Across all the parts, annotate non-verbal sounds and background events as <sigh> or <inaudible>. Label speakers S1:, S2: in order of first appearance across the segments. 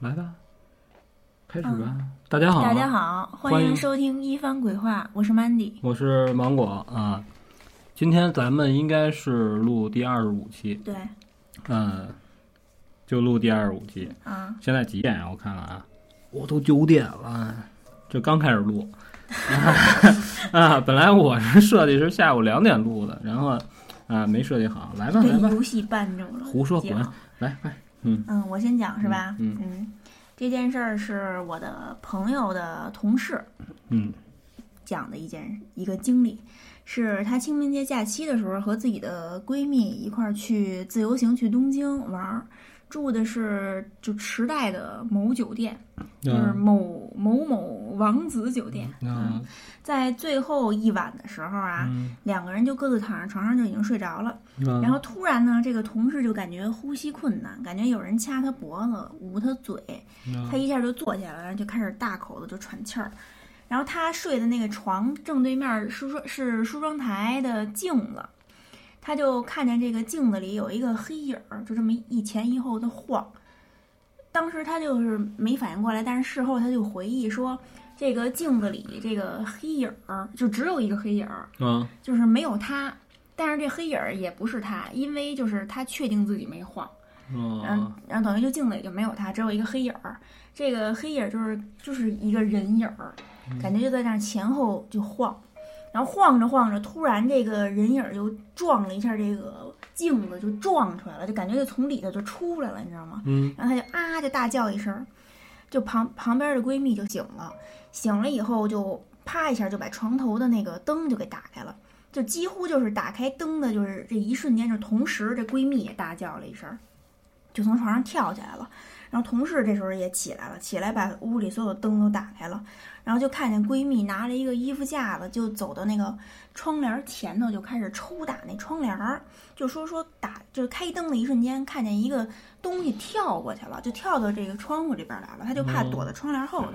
S1: 来吧，开始吧。大家好，
S2: 嗯大家，好，欢
S1: 欢
S2: 迎
S1: 迎
S2: 收听《一番鬼话》，我是 Mandy。
S1: 我是芒果啊。今天咱们应该是录第二十五期，
S2: 对，
S1: 嗯，就录第二十五期。
S2: 啊，
S1: 现在几点啊？我看看啊，我都九点了，这刚开始录 <laughs> 啊。本来我是设计是下午两点录的，然后啊没设计好，来吧
S2: 被
S1: 来吧，
S2: 游戏绊住了，
S1: 胡说滚
S2: 讲
S1: 来快，
S2: 嗯，我先讲是吧？
S1: 嗯
S2: 这件事儿是我的朋友的同事
S1: 嗯
S2: 讲的一件一个经历，是她清明节假期的时候和自己的闺蜜一块儿去自由行去东京玩儿，住的是就池袋的某酒店，就是
S1: 嗯
S2: 某某某王子酒店。
S1: 嗯
S2: 在最后一晚的时候啊，
S1: 嗯
S2: 两个人就各自躺在床上就已经睡着了。
S1: 嗯，
S2: 然后突然呢，这个同事就感觉呼吸困难，感觉有人掐他脖子、捂他嘴，
S1: 嗯
S2: 他一下就坐起来了，然后就开始大口的就喘气儿。然后他睡的那个床正对面梳妆是梳妆台的镜子，他就看见这个镜子里有一个黑影儿，就这么一前一后的晃。当时他就是没反应过来，但是事后他就回忆说，这个镜子里这个黑影儿就只有一个黑影儿，
S1: 嗯
S2: 就是没有他，但是这黑影儿也不是他，因为就是他确定自己没晃，嗯
S1: 嗯，
S2: 然后等于就镜子里就没有他，只有一个黑影儿。这个黑影儿就是就是一个人影儿，感觉就在那儿前后就晃，然后晃着晃着，突然这个人影儿就撞了一下这个镜子，就撞出来了，就感觉就从里头就出来了，你知道吗？
S1: 嗯
S2: 然后她就啊就大叫一声，就旁旁边的闺蜜就醒了，醒了以后就啪一下就把床头的那个灯就给打开了，就几乎就是打开灯的，就是这一瞬间，就同时这闺蜜也大叫了一声，就从床上跳起来了。然后同事这时候也起来了，起来把屋里所有灯都打开了，然后就看见闺蜜拿了一个衣服架子，就走到那个窗帘前头，就开始抽打那窗帘儿，就说说打，就是开灯的一瞬间，看见一个东西跳过去了，就跳到这个窗户这边来了，她就怕躲在窗帘后头。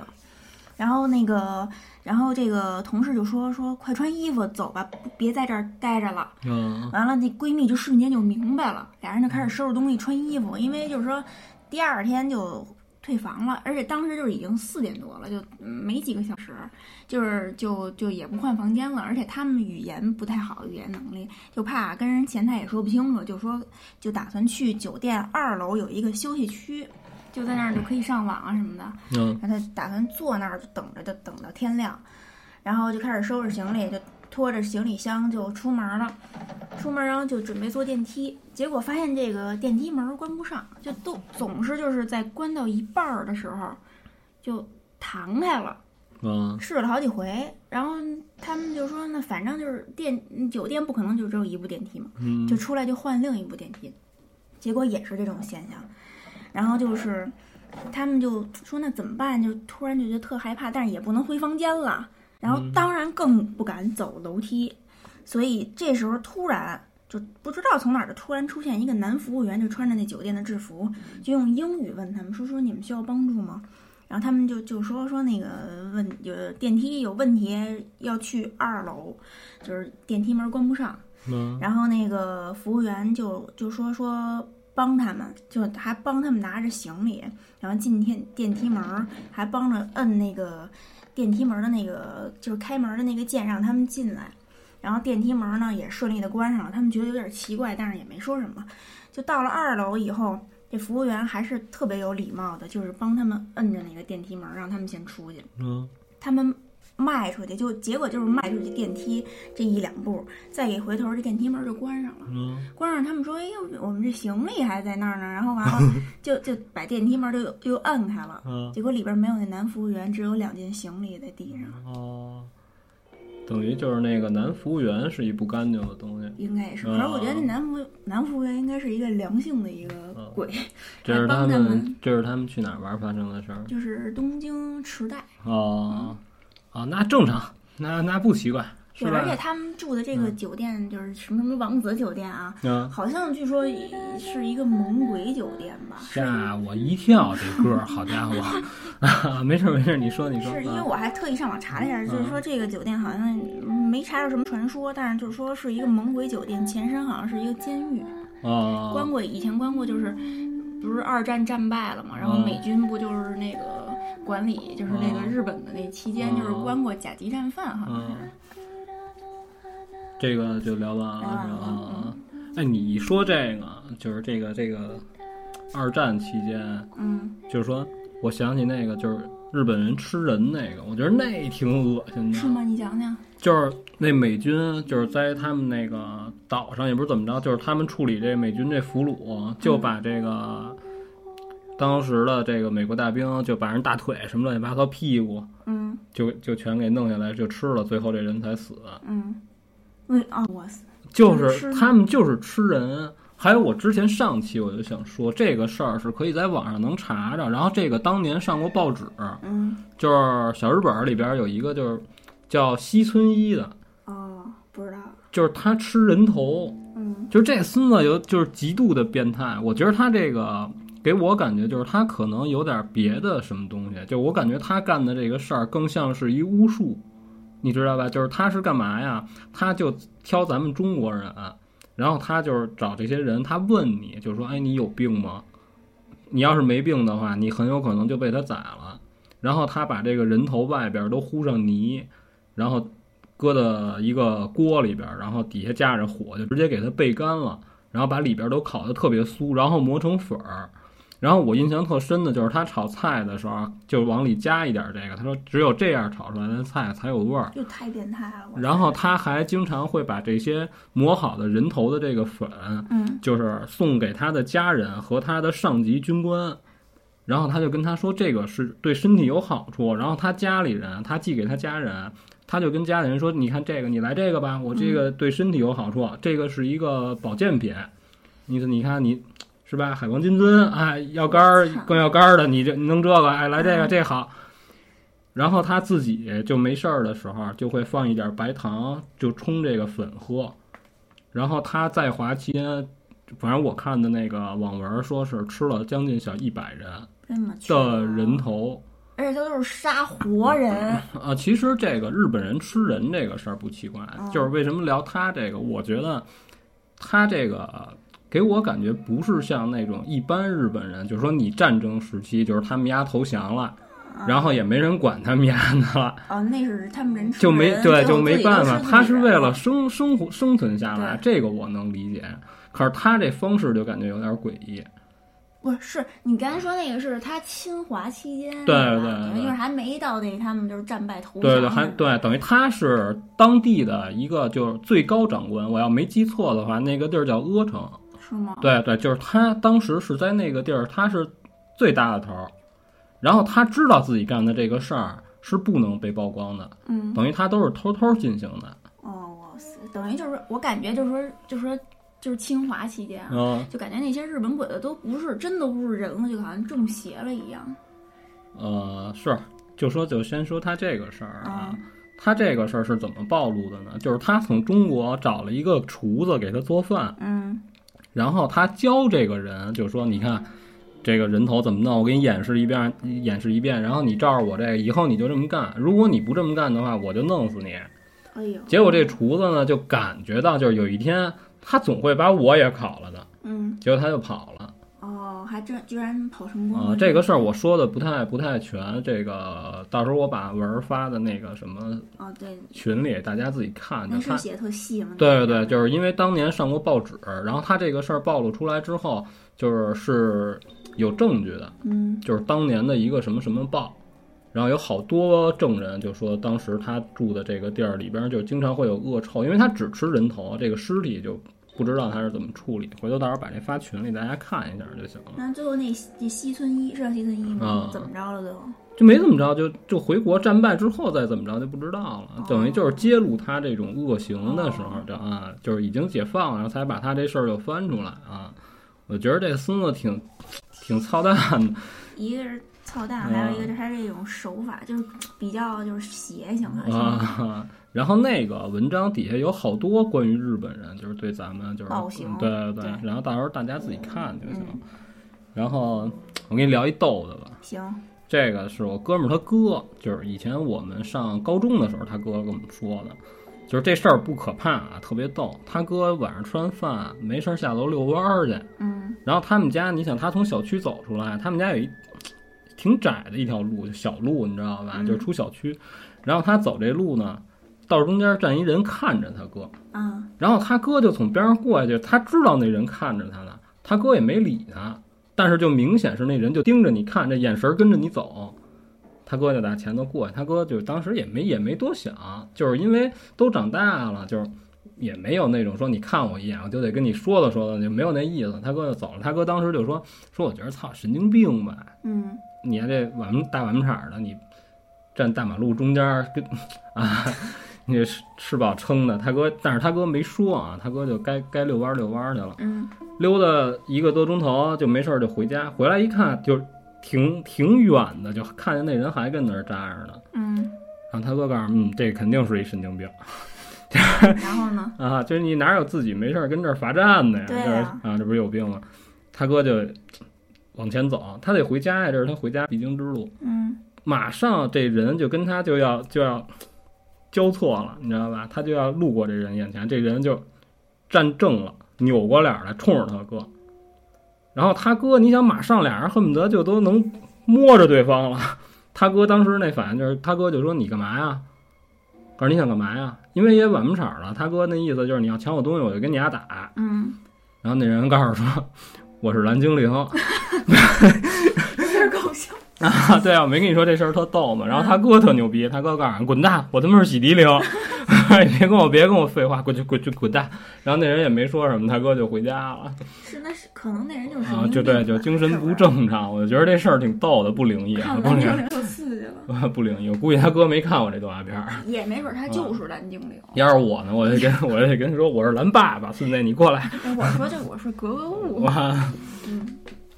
S2: 然后那个，然后这个同事就说说快穿衣服走吧，不别在这儿待着了。
S1: 嗯
S2: 完了，那闺蜜就瞬间就明白了，俩人就开始收拾东西穿衣服，因为就是说第二天就退房了，而且当时就是已经四点多了，就嗯没几个小时，就是就就也不换房间了，而且他们语言不太好，语言能力就怕跟人前台也说不清楚，就说就打算去酒店二楼有一个休息区，就在那儿就可以上网啊什么的。
S1: 嗯
S2: 然后他打算坐那儿就等着，就等到天亮，然后就开始收拾行李，就拖着行李箱就出门了。出门然后就准备坐电梯，结果发现这个电梯门关不上，就都总是就是在关到一半儿的时候就弹开了。
S1: 嗯
S2: 试了好几回，然后他们就说那反正就是电嗯酒店不可能就只有一部电梯嘛，
S1: 嗯
S2: 就出来就换另一部电梯，结果也是这种现象。然后就是他们就说那怎么办？就突然就觉得特害怕，但是也不能回房间了，然后当然更不敢走楼梯，所以这时候突然。就不知道从哪儿就突然出现一个男服务员，就穿着那酒店的制服，就用英语问他们说：“说你们需要帮助吗？”然后他们就就说说那个问有电梯有问题，要去二楼，就是电梯门关不上。
S1: 嗯
S2: 然后那个服务员就就说说帮他们，就还帮他们拿着行李，然后进电电梯门儿，还帮着摁那个电梯门儿的那个就是开门儿的那个键，让他们进来。然后电梯门儿呢也顺利的关上了，他们觉得有点奇怪，但是也没说什么。就到了二楼以后，这服务员还是特别有礼貌的，就是帮他们摁着那个电梯门儿，让他们先出去。
S1: 嗯
S2: 他们迈出去，就结果就是迈出去电梯这一两步，再一回头，这电梯门就关上了。
S1: 嗯
S2: 关上，他们说：“哎呦，我们这行李还在那儿呢。”然后
S1: <laughs>
S2: 完了，就就把电梯门就又又摁开了。
S1: 嗯。
S2: 结果里边没有那男服务员，只有两件行李在地上，
S1: 哦，等于就是那个男服务员是一不干净的东西，
S2: 应该也
S1: 啊
S2: 是。可是我觉得那男服男服务员应该是一个良性的一个
S1: 嗯
S2: 鬼，
S1: 这是他
S2: 帮他
S1: 们
S2: 们
S1: 这是他们去哪儿玩发生的事儿
S2: 就是东京池袋。
S1: 哦，哦，那正常，那那不奇怪，是
S2: 对，而且
S1: 吧？
S2: 他们住的这个酒店就是什么什么王子酒店啊，
S1: 嗯，
S2: 好像据说是一个猛鬼酒店吧，
S1: 吓我一跳，这歌儿，好家伙，没事儿没事儿，你说你说，嗯
S2: 是因为
S1: 啊
S2: 我还特意上网查了一下，就是说这个酒店好像没查着什么传说，但是就是说是一个猛鬼酒店，前身好像是一个监狱，
S1: 哦，
S2: 关过以前关过就是。不是二战战败了嘛，然后
S1: 嗯
S2: 美军不就是那个管理，就是那个
S1: 嗯
S2: 日本的那期间，就是
S1: 嗯
S2: 关过甲级战犯哈。
S1: 嗯，这个就聊完了
S2: 聊完
S1: 是
S2: 了
S1: 吧？
S2: 嗯
S1: 啊，哎，你一说这个，就是这个这个二战期间，
S2: 嗯，
S1: 就是说，我想起那个就是日本人吃人那个，我觉得那挺恶心的
S2: 嗯是。吗？你讲讲。
S1: 就是那美军就是在他们那个岛上，也不是怎么着，就是他们处理这美军这俘虏，
S2: 嗯
S1: 就把这个当时的这个美国大兵就把人大腿什么乱七八糟屁股
S2: 嗯
S1: 就就全给弄下来就吃了，最后这人才死。
S2: 嗯，为啊，我死。
S1: 就
S2: 吃
S1: 是
S2: 吗
S1: 他们就是吃人。还有我之前上期我就想说，这个事儿是可以在网上能查着，然后这个当年上过报纸，
S2: 嗯
S1: 就是《小日本》里边有一个就是叫西村一的，
S2: 哦，不知道。
S1: 就是他吃人头，
S2: 嗯
S1: 就是这孙子有就是极度的变态，我觉得他这个给我感觉就是他可能有点别的什么东西，就我感觉他干的这个事儿更像是一巫术，你知道吧？就是他是干嘛呀？他就挑咱们中国人，然后他就是找这些人，他问你，就是说，哎，你有病吗？你要是没病的话，你很有可能就被他宰了。然后他把这个人头外边都糊上泥，然后搁到一个锅里边，然后底下架着火，就直接给它焙干了，然后把里边都烤得特别酥，然后磨成粉儿。然后我印象特深的就是他炒菜的时候，啊就往里加一点这个，他说只有这样炒出来的菜才有味儿。
S2: 又太变态了。我
S1: 然后他还经常会把这些磨好的人头的这个粉，
S2: 嗯
S1: 就是送给他的家人和他的上级军官。然后他就跟他说，这个是对身体有好处。然后他家里人，他寄给他家人，他就跟家里人说：“你看这个，你来这个吧，我这个对身体有好处，这个是一个保健品。你你看你，是吧？海王金针，哎，药干儿
S2: 我操
S1: 更药干儿的，你这你弄这个，哎，来这个
S2: 嗯
S1: 这好。”然后他自己就没事儿的时候，啊就会放一点白糖，就冲这个粉喝。然后他在华期间，反正我看的那个网文说是吃了将近小一百人
S2: 这么去
S1: 的人，头。
S2: 而且他都是杀活人。
S1: 啊，其实这个日本人吃人这个事儿不奇怪，
S2: 嗯
S1: 就是为什么聊他这个，我觉得他这个给我感觉不是像那种一般日本人，就是说你战争时期，就是他们家投降了，
S2: 嗯
S1: 然后也没人管他们家的了，
S2: 哦，那是他们人
S1: <laughs>
S2: 吃
S1: 就没
S2: 人
S1: 对
S2: 最后
S1: 就
S2: 自
S1: 没
S2: 己都
S1: 办法，
S2: 吃自
S1: 他
S2: 己
S1: 是
S2: 人
S1: 为了生生活生存下来，
S2: 对
S1: 这个我能理解。可是他这方式就感觉有点诡异，
S2: 不是是你刚才说那个是他侵华期间
S1: 对对
S2: 吧等于
S1: 对
S2: 就是还没到那他们就是战败投降
S1: 对对，
S2: 的
S1: 还
S2: 时候
S1: 对，等于他是当地的一个就是最高长官，我要没记错的话，那个地儿叫阿城，
S2: 是吗？
S1: 对对，就是他当时是在那个地儿，他是最大的头儿，然后他知道自己干的这个事儿是不能被曝光的，
S2: 嗯，
S1: 等于他都是偷偷进行的，
S2: 哦，哇塞，等于就是我感觉就是说就是说就是侵华期间啊，
S1: 嗯。
S2: 就感觉那些日本鬼子都不是真的不是人了，就好像中邪了一样。
S1: 呃，是，就说就先说他这个事儿啊
S2: 嗯，
S1: 他这个事儿是怎么暴露的呢？就是他从中国找了一个厨子给他做饭，
S2: 嗯
S1: 然后他教这个人，就说你看。这个人头怎么弄？我给你演示一遍，演示一遍，然后你照着我这个，以后你就这么干。如果你不这么干的话，我就弄死你。
S2: 哎呦，
S1: 结果这厨子呢，就感觉到，就是有一天他总会把我也烤了的。
S2: 嗯
S1: 结果他就跑了。
S2: 哦，还真居然跑成功
S1: 啊、
S2: 了
S1: 这个事儿我说的不太不太全，这个到时候我把文儿发的那个什么
S2: 哦，对，
S1: 群里，大家自己看
S2: 那
S1: 就
S2: 事
S1: 看。
S2: 写得特细嘛。
S1: 对对，就是因为当年上过报纸，然后他这个事儿暴露出来之后，就是是有证据的，
S2: 嗯
S1: 就是当年的一个什么什么报，然后有好多证人就说，当时他住的这个地儿里边就经常会有恶臭，因为他只吃人头，这个尸体就不知道他是怎么处理。回头到时候把这发群里，大家看一下就行了。
S2: 那最后那那西村一是叫西村一吗？
S1: 嗯
S2: 怎么着了最后？
S1: 就没怎么着，就就回国战败之后再怎么着就不知道了，等于就是揭露他这种恶行的时候，这啊就是已经解放了，然后才把他这事儿又翻出来啊。我觉得这孙子挺挺操蛋的，
S2: 一个是操蛋，
S1: 嗯
S2: 还有一个就是他这种手法，就是比较就是邪性啊，
S1: 啊。 <laughs> 然后那个文章底下有好多关于日本人，就是对咱们就是
S2: 暴行
S1: 嗯对对
S2: 对
S1: 然后到时候大家自己看就行。
S2: 嗯
S1: 然后我给你聊一逗的吧，
S2: 行，
S1: 这个是我哥们儿他哥，就是以前我们上高中的时候，他哥跟我们说的。就是这事儿不可怕啊，特别逗。他哥晚上吃完饭没事儿下楼遛弯儿去，
S2: 嗯
S1: 然后他们家，你想他从小区走出来，他们家有一挺窄的一条路，就小路，你知道吧？
S2: 嗯
S1: 就是出小区。然后他走这路呢，道中间站一人看着他哥，
S2: 啊
S1: 然后他哥就从边上过去，他知道那人看着他呢，他哥也没理他，但是就明显是那人就盯着你看，这眼神儿跟着你走。他哥就打前头过去，他哥就当时也没也没多想，就是因为都长大了，就是也没有那种说你看我一眼我就得跟你说了说了，就没有那意思。他哥就走了，他哥当时就说说我觉得操神经病吧，
S2: 嗯，
S1: 你还这碗大碗铲儿的，你站大马路中间儿跟啊，你这吃吃饱撑的。他哥，但是他哥没说啊，他哥就该该遛弯儿遛弯儿去了，
S2: 嗯
S1: 溜达一个多钟头就没事儿就回家，回来一看就挺挺远的，就看见那人还跟那儿扎着呢。
S2: <laughs> 嗯，
S1: 然后他哥告诉，嗯，这肯定是一神经病
S2: 然后呢？
S1: 啊，就是你哪有自己没事儿跟这儿罚站的呀？
S2: 对啊
S1: 就是啊，这不是有病吗？他哥就往前走，他得回家呀，这是他回家必经之路。
S2: 嗯
S1: 马上这人就跟他就要就要交错了，你知道吧？他就要路过这人眼前，这人就站正了，扭过脸来冲着他哥。然后他哥，你想，马上俩人恨不得就都能摸着对方了。 <laughs> 他哥当时那反应就是，他哥就说：“你干嘛呀？”我说：“你想干嘛呀？”因为也晚不场了，他哥那意思就是你要抢我东西，我就跟你俩打。
S2: 嗯，
S1: 然后那人告诉说：“我是蓝精灵。”
S2: 有点搞笑。
S1: <laughs> 啊，对啊，我没跟你说这事儿特逗嘛。然后他哥特牛逼，他哥告诉你滚蛋，我他妈是洗涤灵， <laughs> 哎你别跟我别跟我废话，滚去滚去滚蛋。然后那人也没说什么，他哥就回家了。
S2: 是那是可能那人就是神
S1: 啊，
S2: 经
S1: 就
S2: 病
S1: 对，就
S2: 吧
S1: 精神
S2: 是
S1: 不
S2: 是
S1: 正常。我就觉得这事儿挺逗的，不灵异啊
S2: 看，
S1: 不
S2: 完
S1: 灵
S2: 这
S1: 异
S2: 灵受刺激
S1: <laughs>
S2: 了，
S1: 啊，不灵异。我估计他哥没看过这动画片儿。
S2: 也没准他就是蓝精灵。
S1: 要是我呢，我就跟我就跟他说我是蓝爸爸，孙子你过来。
S2: 哎我说这我是格格巫
S1: 哇，
S2: 嗯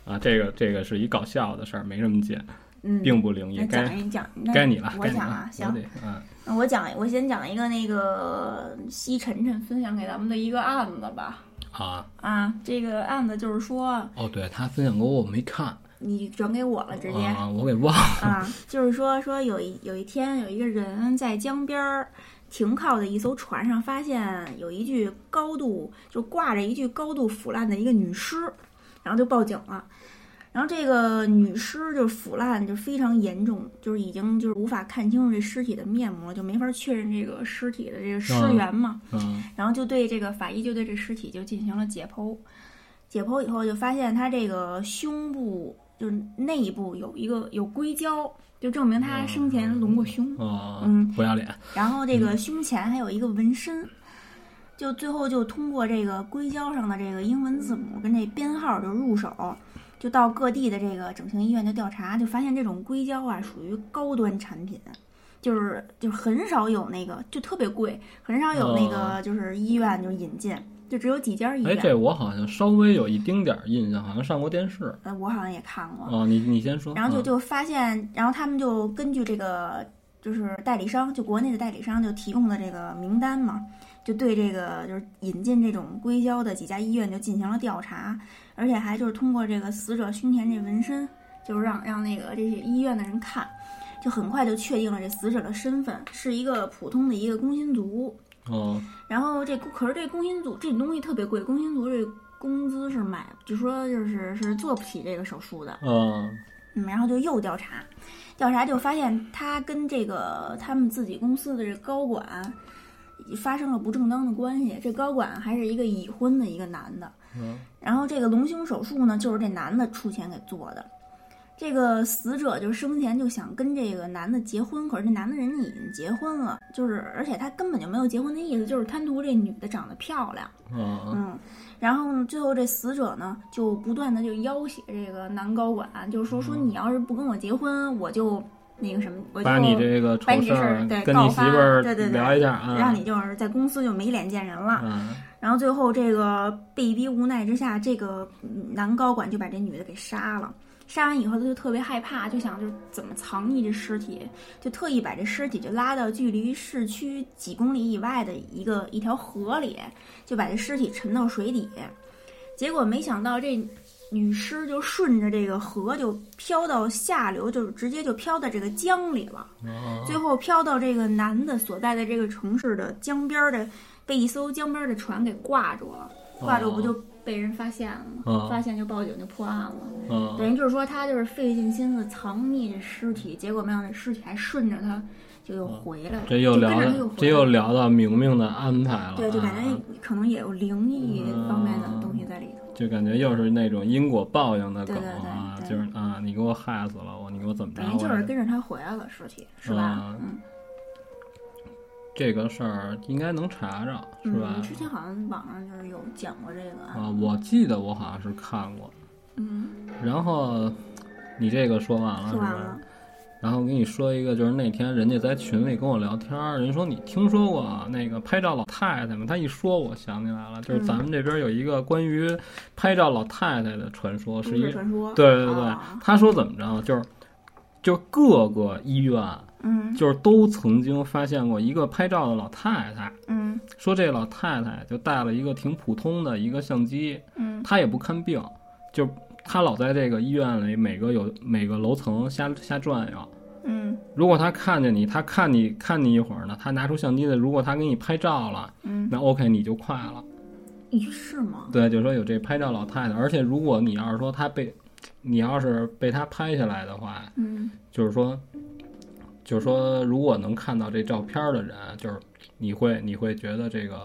S1: 啊，这个这个是一搞笑的事儿，没什么劲，
S2: 嗯，
S1: 并不灵异。
S2: 那
S1: 该
S2: 讲一讲，那
S1: 该你了，
S2: 我
S1: 该你
S2: 讲
S1: 了
S2: 啊，
S1: 我
S2: 行
S1: 得啊，
S2: 那我讲，我先讲一个那个西晨晨分享给咱们的一个案子吧。
S1: 啊，
S2: 啊，这个案子就是说，
S1: 哦，对他分享给我，我没看
S2: 你转给我了，直接
S1: 啊，我给忘了。
S2: 啊，就是说说有一有一天有一个人在江边儿停靠的一艘船上，发现有一具高度就挂着一具高度腐烂的一个女尸，然后就报警了。然后这个女尸就是腐烂，就非常严重，就是已经就是无法看清楚这尸体的面目了，就没法确认这个尸体的这个尸
S1: 嗯
S2: 源嘛。
S1: 嗯
S2: 然后就对这个法医就对这尸体就进行了解剖，解剖以后就发现他这个胸部就是内部有一个有硅胶，就证明他生前隆过胸，
S1: 哦，
S2: 嗯
S1: 不要脸，
S2: 然后这个
S1: 嗯
S2: 胸前还有一个纹身，就最后就通过这个硅胶上的这个英文字母跟这编号就入手。就到各地的这个整形医院就调查，就发现这种硅胶啊属于高端产品，就是就是很少有那个就特别贵，很少有那个就是医院就引进，就只有几家医
S1: 哦哎，
S2: 院。
S1: 这我好像稍微有一丁点儿印象，好像上过电视。
S2: 呃，我好像也看过。
S1: 哦，你你先说。
S2: 然后就
S1: 嗯
S2: 就发现，然后他们就根据这个就是代理商，就国内的代理商就提供的这个名单嘛，就对这个就是引进这种硅胶的几家医院就进行了调查，而且还就是通过这个死者胸前这纹身，就是让让那个这些医院的人看，就很快就确定了这死者的身份是一个普通的一个工薪族，
S1: 哦，
S2: 然后这工可是这工薪族这东西特别贵，工薪族这工资是买，就说就是是做不起这个手术的。
S1: 哦，
S2: 嗯，然后就又调查，调查就发现他跟这个他们自己公司的这个高管发生了不正当的关系。这高管还是一个已婚的一个男的，
S1: 嗯
S2: 然后这个隆胸手术呢，就是这男的出钱给做的。这个死者就生前就想跟这个男的结婚，可是这男的人家已经结婚了，就是而且他根本就没有结婚的意思，就是贪图这女的长得漂亮。
S1: 哦，
S2: 嗯，然后呢，最后这死者呢就不断的就要挟这个男高管，就说说你要是不跟我结婚，我就那个什么，我就
S1: 嗯把你这个
S2: 把
S1: 丑
S2: 你
S1: 事
S2: 这事儿
S1: 儿
S2: 对
S1: 跟
S2: 告
S1: 你媳
S2: 发
S1: 妇儿
S2: 对对对
S1: 聊一下啊。
S2: 让你就是在公司就没脸见人了。
S1: 啊，
S2: 然后最后这个被逼无奈之下，这个嗯男高管就把这女的给杀了。杀完以后，他就特别害怕，就想就是怎么藏匿这尸体，就特意把这尸体就拉到距离市区几公里以外的一个一条河里，就把这尸体沉到水底。结果没想到这女尸就顺着这个河就飘到下流，就是直接就飘到这个江里了。
S1: 啊
S2: 最后飘到这个男的所在的这个城市的江边儿的，被一艘江边儿的船给挂住了，挂住不就被人发现了吗？
S1: 哦
S2: 发现就报警就破案了。
S1: 啊
S2: 等于就是说他就是费尽心思藏匿这尸体，结果没想到这尸体还顺着他就又回来了，
S1: 哦这又聊
S2: 就跟着他又
S1: 到，这
S2: 回来
S1: 又
S2: 了。
S1: 聊到明明的安排了啊，嗯
S2: 对，就感觉可能也有灵异方面的东西在里头。
S1: 就感觉又是那种因果报应的梗
S2: 对对对
S1: 啊，
S2: 对
S1: 就是啊，你给我害死嗯了我，啊你给我怎么着？
S2: 等于就
S1: 我
S2: 是跟着他回来了，尸体是吧？嗯，
S1: 这个事儿应该能查着，是吧
S2: 嗯，？之前好像网上就是有讲过这个案
S1: 啊，我记得我好像是看过。
S2: 嗯，
S1: 然后你这个说完了啊是
S2: 说完
S1: 吧？
S2: 了，
S1: 然后我跟你说一个，就是那天人家在群里跟我聊天儿，人说你听说过啊那个拍照老太太吗？他一说，我想起来了，就是咱们这边有一个关于拍照老太太的传说，
S2: 都
S1: 是一
S2: 市传说。
S1: 对对对对
S2: 啊，
S1: 他说怎么着，就是就是各个医院
S2: 嗯
S1: 就是都曾经发现过一个拍照的老太太，
S2: 嗯
S1: 说这老太太就带了一个挺普通的一个相机，
S2: 嗯
S1: 她也不看病，就她老在这个医院里每个有每个楼层瞎瞎转悠。
S2: 嗯
S1: 如果他看见你，他看你看你一会儿呢，他拿出相机的，如果他给你拍照了，
S2: 嗯，
S1: 那 OK 你就快了。
S2: 咦，是吗？
S1: 对，就说有这拍照老太太，而且如果你要是说他被，你要是被他拍下来的话，
S2: 嗯
S1: 就是说，就是说，如果能看到这照片的人，就是你会你会觉得这个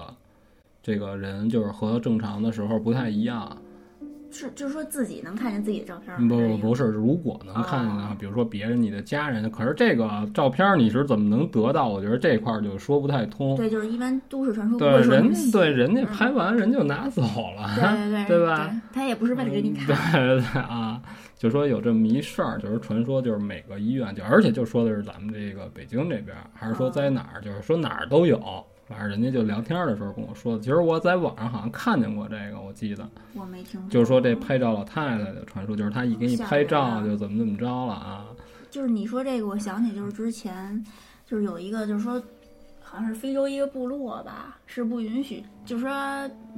S1: 这个人就是和正常的时候不太一样。
S2: 是，就是说自己能看见自己的照片儿
S1: 不
S2: 吗，
S1: 嗯
S2: 还是
S1: 不
S2: 有啊
S1: 不是，如果能看见的话，比如说别人、你的家人，可是这个照片你是怎么能得到？我觉得这块儿就说不太通。
S2: 对，就是一般都市传说不
S1: 对
S2: 会说那么
S1: 人
S2: 细
S1: 对人家
S2: 嗯
S1: 拍完人就拿走了，
S2: 对对
S1: 对
S2: 对
S1: 吧？
S2: 他也不是为了给你看，
S1: <laughs> 对对对啊，就说有这么一事儿，就是传说，就是每个医院就，而且就说的是咱们这个北京这边儿，还是说
S2: 啊
S1: 在哪儿，就是说哪儿都有。反正人家就聊天儿的时候跟我说的，其实我在网上好像看见过这个，我记得
S2: 我没听说。
S1: 就是说这拍照老太太的传说，就是她一给你
S2: 哦吓
S1: 拍
S2: 人
S1: 照
S2: 啊
S1: 就怎么怎么着了啊，
S2: 就是你说这个，我想起就是之前就是有一个就是说。好像是非洲一个部落吧，是不允许，就是说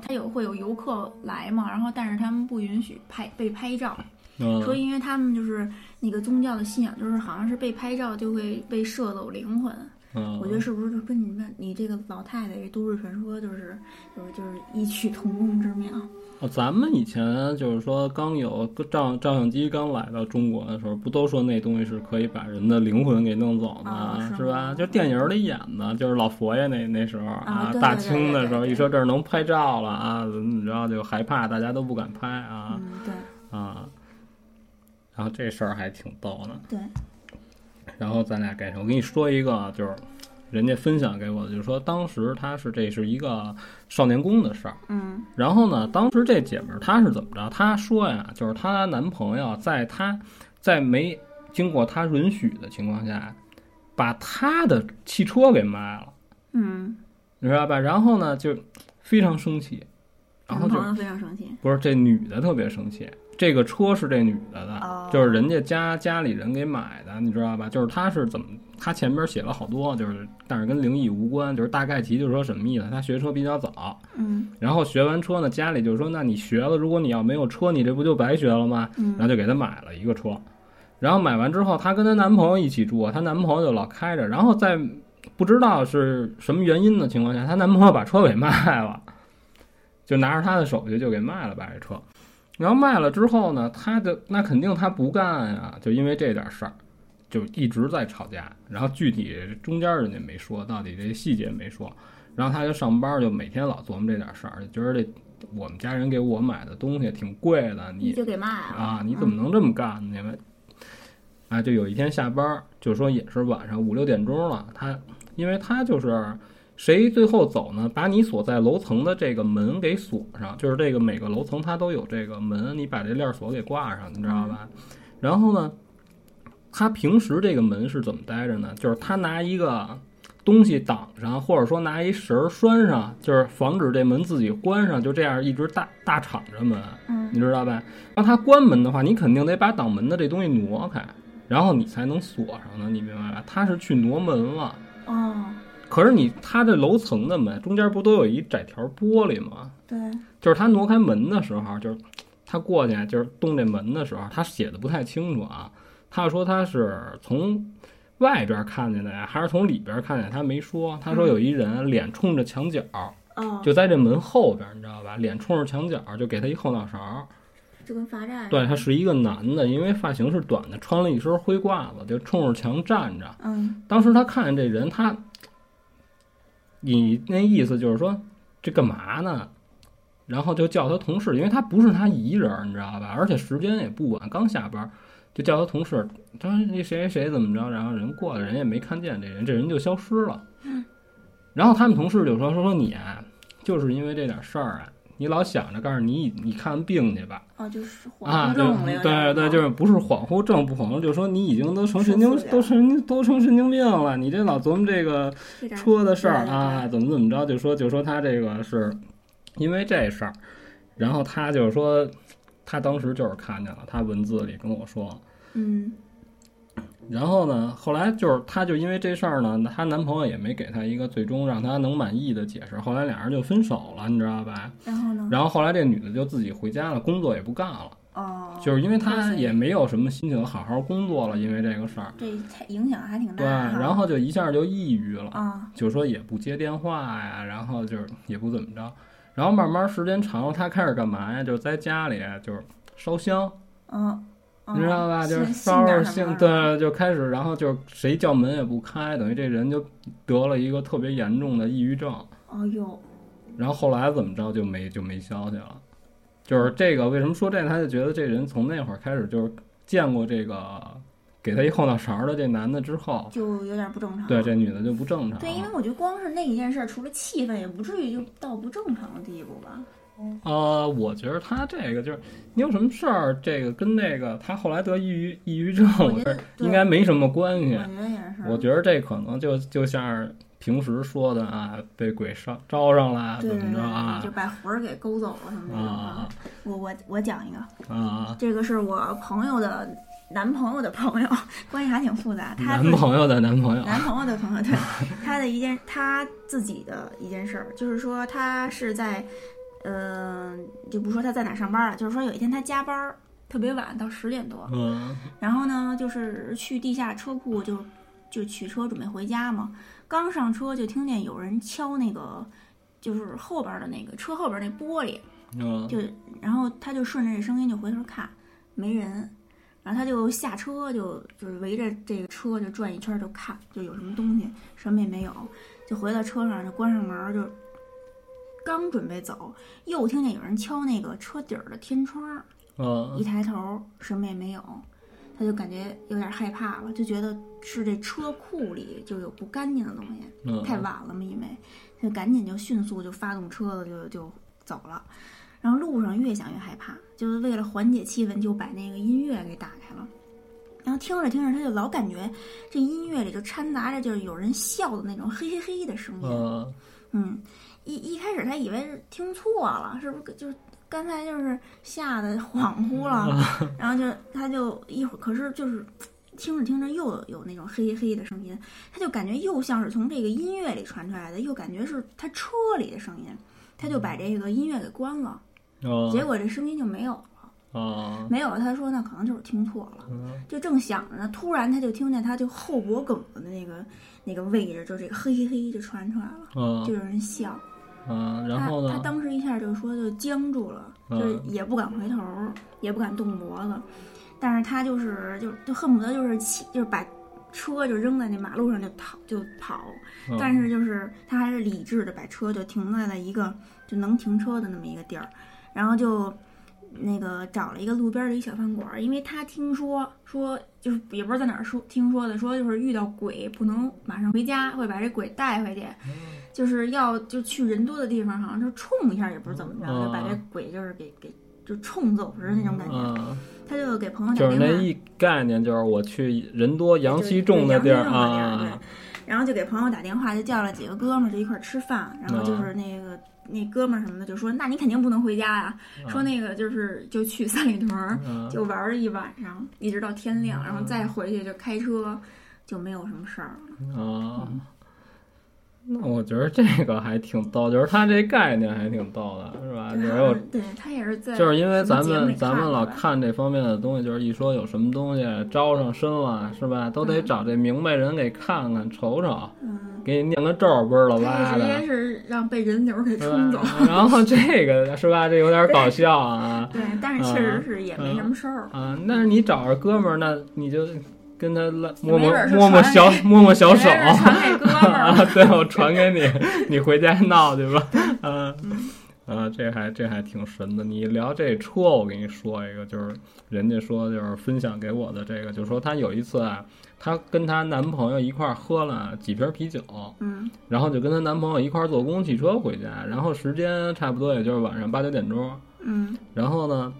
S2: 他有会有游客来嘛，然后但是他们不允许拍被拍照，说
S1: 嗯
S2: 因为他们就是那个宗教的信仰，就是好像是被拍照就会被摄走灵魂，
S1: 嗯，
S2: 我觉得是不是就跟你们你这个老太太这都市传说就是就是就是异曲同工之妙？
S1: 哦，咱们以前就是说，刚有照照相机刚来到中国的时候，不都说那东西是可以把人的灵魂给弄走吗？
S2: 啊是
S1: 是吧？
S2: 吗
S1: 就电影里演的，就是老佛爷那那时候
S2: 啊对
S1: 大
S2: 对对
S1: 清的
S2: 对
S1: 时候，
S2: 对
S1: 一说这儿能拍照了啊，怎么怎么着就害怕，大家都不敢拍啊、
S2: 嗯，对
S1: 啊。然后这事儿还挺逗的。
S2: 对，
S1: 然后咱俩改成，我跟你说一个，啊就是人家分享给我的，就是说当时他是这是一个少年宫的事儿。
S2: 嗯
S1: 然后呢，当时这姐们儿她是怎么着？她说呀，就是她男朋友在她在没经过她允许的情况下，把她的汽车给卖了，
S2: 嗯，
S1: 你知道吧？然后呢，就非常生气，然后就
S2: 朋友非常生气，
S1: 不是这女的特别生气，这个车是这女的的，
S2: 哦
S1: 就是人家家家里人给买的，你知道吧？就是她是怎么，她前边写了好多，就是但是跟灵异无关，就是大概其就是说什么意思？她学车比较早，
S2: 嗯
S1: 然后学完车呢，家里就说：“那你学了，如果你要没有车，你这不就白学了吗？”然后
S2: 嗯
S1: 就给她买了一个车。然后买完之后，她跟她男朋友一起住，她男朋友就老开着。然后在不知道是什么原因的情况下，她男朋友把车给卖了，就拿着她的手续就给卖了，把这车。然后卖了之后呢，她就那肯定她不干呀，就因为这点事儿，就一直在吵架。然后具体中间人家没说，到底这细节没说。然后她就上班，就每天老琢磨这点事儿，就觉得这我们家人给我买的东西挺贵的，你
S2: 你就给卖了
S1: 啊，你怎么能这么干呢？你们啊，就有一天下班儿，就说也是晚上五六点钟了，他因为他就是谁最后走呢，把你所在楼层的这个门给锁上，就是这个每个楼层它都有这个门，你把这链锁给挂上，你知道吧？然后呢，他平时这个门是怎么待着呢？就是他拿一个东西挡上，或者说拿一绳儿拴上，就是防止这门自己关上，就这样一直大大敞着门。
S2: 嗯
S1: 你知道吧？让它关门的话，你肯定得把挡门的这东西挪开，然后你才能锁上呢，你明白吧？他是去挪门了，
S2: 哦
S1: 可是你他这楼层的门中间不都有一窄条玻璃吗？
S2: 对
S1: 就是他挪开门的时候，就是。他过去啊就是动这门的时候，他写的不太清楚啊。他说他是从外边看见的呀，还是从里边看见？他没说。他说有一人脸冲着墙角，
S2: 哦，
S1: 就在这门后边，你知道吧？脸冲着墙角，就给他一后脑勺。
S2: 就跟罚站。
S1: 对，他是一个男的，因为发型是短的，穿了一身灰褂子，就冲着墙站着。
S2: 嗯，
S1: 当时他看见这人，他，你那意思就是说这干嘛呢？然后就叫他同事，因为他不是他一人儿，你知道吧？而且时间也不晚，刚下班儿，就叫他同事。他说那谁谁谁怎么着？然后人过来，人也没看见这人，这人就消失了。然后他们同事就说说说你啊，就是因为这点事儿啊，你老想着告诉你你看病去吧，
S2: 哦，就是恍
S1: 啊，就
S2: 惚症了，有点
S1: 对
S2: 儿
S1: 对，就是不是恍惚症不恍惚，就是说你已经都成神
S2: 受
S1: 经
S2: 刺激了
S1: 都神经都成神经病了，你这老琢磨这个
S2: 这点儿
S1: 车的事儿
S2: 对对
S1: 啊，怎么怎么着，就说就说他这个是因为这事儿，然后他就说他当时就是看见了，他文字里跟我说，
S2: 嗯，
S1: 然后呢，后来就是她就因为这事儿呢，她男朋友也没给她一个最终让她能满意的解释，后来俩人就分手了，你知道吧？
S2: 然后呢？
S1: 然后后来这女的就自己回家了，工作也不干了。
S2: 哦，
S1: 就是因为
S2: 哇
S1: 他
S2: 塞
S1: 也没有什么心情好好工作了，因为这个事儿，
S2: 这太影响还挺大
S1: 对，
S2: 哈。
S1: 然后就一下就抑郁了，
S2: 啊，
S1: 就说也不接电话呀，然后就是也不怎么着，然后慢慢时间长了，他开始干嘛呀？就是在家里就是烧香，
S2: 嗯，嗯
S1: 你知道吧？就是
S2: 信
S1: 烧着香，
S2: 信点儿什么的
S1: 对，就开始，然后就是谁叫门也不开，等于这人就得了一个特别严重的抑郁症，
S2: 哦哟，
S1: 然后后来怎么着就没就没消息了，就是这个为什么说这个，他就觉得这人从那会儿开始就是见过这个给他一后脑勺的这男的之后，
S2: 就有点不正常。
S1: 对这女的就不正常
S2: 对，因为
S1: 了。
S2: 我觉得光是那一件事儿，除了气氛，也不至于就到不正常的地步吧。
S1: 呃，我觉得他这个就是你有什么事儿，这个跟那个他后来得抑郁抑郁症，
S2: 我
S1: 我
S2: 觉
S1: 觉
S2: 得
S1: 得应该没什么关
S2: 我
S1: 系。
S2: 觉得也是。
S1: 我觉得这可能就就像是平时说的啊，被鬼上招上了，
S2: 对
S1: 怎
S2: 对
S1: 么着啊
S2: 对，就把魂儿给勾走了什么的。
S1: 啊
S2: 我我我讲一个，
S1: 啊，
S2: 这个是我朋友的男朋友的朋友， <laughs> 关系还挺复杂。他
S1: 男
S2: 是
S1: 朋友的男朋 <laughs> 友，
S2: 男朋友的朋友，对他的一件他自己的一件事儿，就是说他是在，嗯、就不说他在哪上班了，就是说有一天他加班儿特别晚，到十点多，
S1: 嗯
S2: 然后呢就是去地下车库就就取车准备回家嘛，刚上车就听见有人敲那个就是后边儿的那个车后边儿那玻璃，
S1: 嗯
S2: 就然后他就顺着这声音就回头看，没人，然后他就下车就就是围着这个车就转一圈儿就看，就有什么东西，什么也没有，就回到车上就关上门儿就。刚准备走，又听见有人敲那个车底儿的天窗儿，
S1: 嗯
S2: 一抬头什么也没有，他就感觉有点害怕了，就觉得是这车库里就有不干净的东西。
S1: 嗯，
S2: 太晚了嘛，因为他就赶紧就迅速就发动车子就就走了。然后路上越想越害怕，就是为了缓解气氛，就把那个音乐给打开了。然后听着听着，他就老感觉这音乐里就掺杂着就是有人笑的那种嘿嘿嘿的声音。
S1: 嗯。
S2: 嗯，一一开始他以为是听错了，是不是就是刚才就是吓得恍惚了，然后就他就一会儿，可是就是听着听着又有有那种嘿嘿的声音，他就感觉又像是从这个音乐里传出来的，又感觉是他车里的声音，他就把这个音乐给关了，
S1: 哦，
S2: 结果这声音就没有了，
S1: 哦，
S2: 没有了。他说那可能就是听错了。
S1: 嗯
S2: 就正想着呢，突然他就听见他就后脖梗的那个那个位置，就这个嘿嘿嘿就传出来了，就
S1: 嗯
S2: 有人笑。
S1: 嗯，然后
S2: 他他
S1: 呢？
S2: 当时一下就说就僵住了，
S1: 嗯
S2: 就是也不敢回头，也不敢动脖子，但是他就是就就恨不得就是气，就是把车就扔在那马路上就逃就跑，
S1: 嗯
S2: 但是就是他还是理智的把车就停在了一个就能停车的那么一个地儿，然后就那个找了一个路边的一小饭馆儿，因为他听说说就是也不知道在哪儿说听说的，说就是遇到鬼不能马上回家，会把这鬼带回去，就是要就去人多的地方，好像就冲一下，也不是怎么着，
S1: 嗯
S2: 就把这鬼就是给给就冲走似的那种感觉。
S1: 嗯，
S2: 他就给朋友
S1: 就
S2: 打
S1: 是
S2: 电
S1: 那
S2: 话，
S1: 一概念，就是我去人多阳
S2: 就是
S1: 气重的地
S2: 对
S1: 儿
S2: 阳气重的地儿
S1: 啊，
S2: 对，然后就给朋友打电话，就叫了几个哥们儿就一块儿吃饭，然后
S1: 啊
S2: 就是那个、那哥们儿什么的就说，那你肯定不能回家呀、
S1: 嗯
S2: 说那个就是就去三里屯儿、
S1: 嗯
S2: 就玩了一晚上，一直到天亮，嗯然后再回去就开车，就没有什么事儿了。
S1: 啊，嗯哦那我觉得这个还挺逗，就是他这概念还挺逗的，是吧？就是
S2: 对
S1: 有
S2: 啊，对他也是在
S1: 就是因为咱
S2: 什么节目
S1: 们
S2: 里
S1: 咱们
S2: 看
S1: 老
S2: 的吧
S1: 看这方面的东西，就是一说有什么东西招上身了，是吧？都得找这明白人给看看瞅瞅，
S2: 嗯，
S1: 给你念个咒，倍儿了
S2: 他
S1: 吧
S2: 直
S1: 的
S2: 接，是让被人流
S1: <laughs>
S2: 给
S1: 是
S2: 冲走
S1: 吧。？然后这个是吧？这有点搞笑啊
S2: 对，但是确实是也没什么事儿。
S1: 啊！那你找着哥们儿，那你就跟他拉摸摸
S2: 没准是
S1: 摸摸
S2: 传
S1: 小摸摸小
S2: 没
S1: 手
S2: 事。儿传给哥们儿
S1: 啊 <laughs>
S2: 了，，
S1: 对，我传给你， <laughs> 你回家闹去吧。啊
S2: 嗯
S1: 啊，这还这还挺神的。你聊这车，我跟你说一个，就是人家说就是分享给我的这个，就说她有一次啊，她跟她男朋友一块儿喝了几瓶啤酒，
S2: 嗯，
S1: 然后就跟她男朋友一块儿坐公共汽车回家，然后时间差不多也就是晚上八九点钟，
S2: 嗯
S1: 然后呢，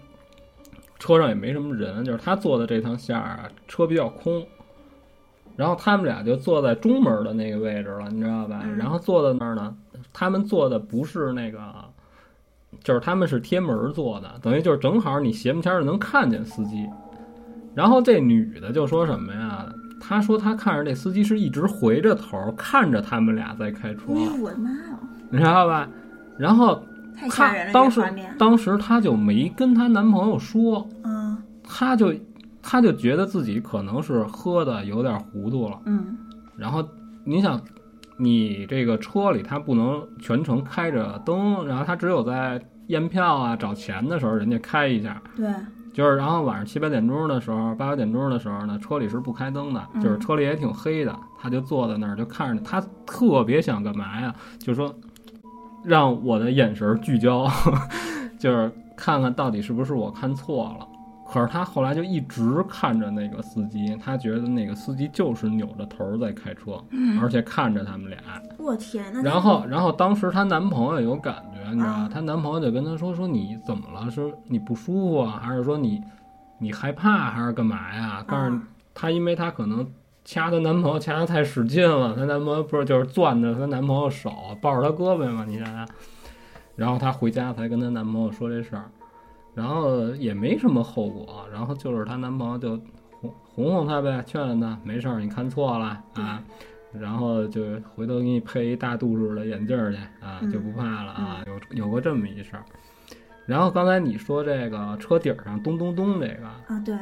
S1: 车上也没什么人，就是他坐的这趟线儿啊，车比较空。然后他们俩就坐在中门的那个位置了，你知道吧？
S2: 嗯
S1: 然后坐在那儿呢，他们坐的不是那个，就是他们是贴门儿坐的，等于就是正好你斜门天儿能看见司机。然后这女的就说什么呀？她说她看着这司机是一直回着头儿看着他们俩在开车，
S2: 哎呦我的妈哟，
S1: 你知道吧？然后
S2: 太吓
S1: 她
S2: 人了，
S1: 当
S2: 这
S1: 时
S2: 画面，
S1: 当时她就没跟她男朋友说，
S2: 嗯
S1: 她就她就觉得自己可能是喝的有点糊涂了。
S2: 嗯
S1: 然后你想，你这个车里她不能全程开着灯，然后她只有在验票啊找钱的时候人家开一下，
S2: 对，
S1: 就是然后晚上七八点钟的时候，八九点钟的时候呢，车里是不开灯的，
S2: 嗯
S1: 就是车里也挺黑的，她就坐在那儿就看着，她特别想干嘛呀？就说让我的眼神聚焦， <laughs> 就是看看到底是不是我看错了。可是她后来就一直看着那个司机，她觉得那个司机就是扭着头儿在开车，而且看着他们俩。
S2: 我天，那
S1: 然后，然后当时她男朋友有感觉，你知道吧
S2: 啊？
S1: 她男朋友就跟她说：“说你怎么了？是你不舒服啊，还是说你你害怕，啊还是干嘛呀？”但是
S2: 啊
S1: 她因为她可能掐她男朋友掐得太使劲了，她男朋友不是就是攥着她男朋友手，抱着她胳膊嘛，你想想。然后她回家才跟她男朋友说这事儿，然后也没什么后果，然后就是她男朋友就哄哄哄她呗，劝劝她，没事儿，你看错了啊。然后就回头给你配一大度数的眼镜儿去啊，
S2: 嗯
S1: 就不怕了啊。有有过这么一事儿。然后刚才你说这个车顶上咚咚咚这个，
S2: 啊对，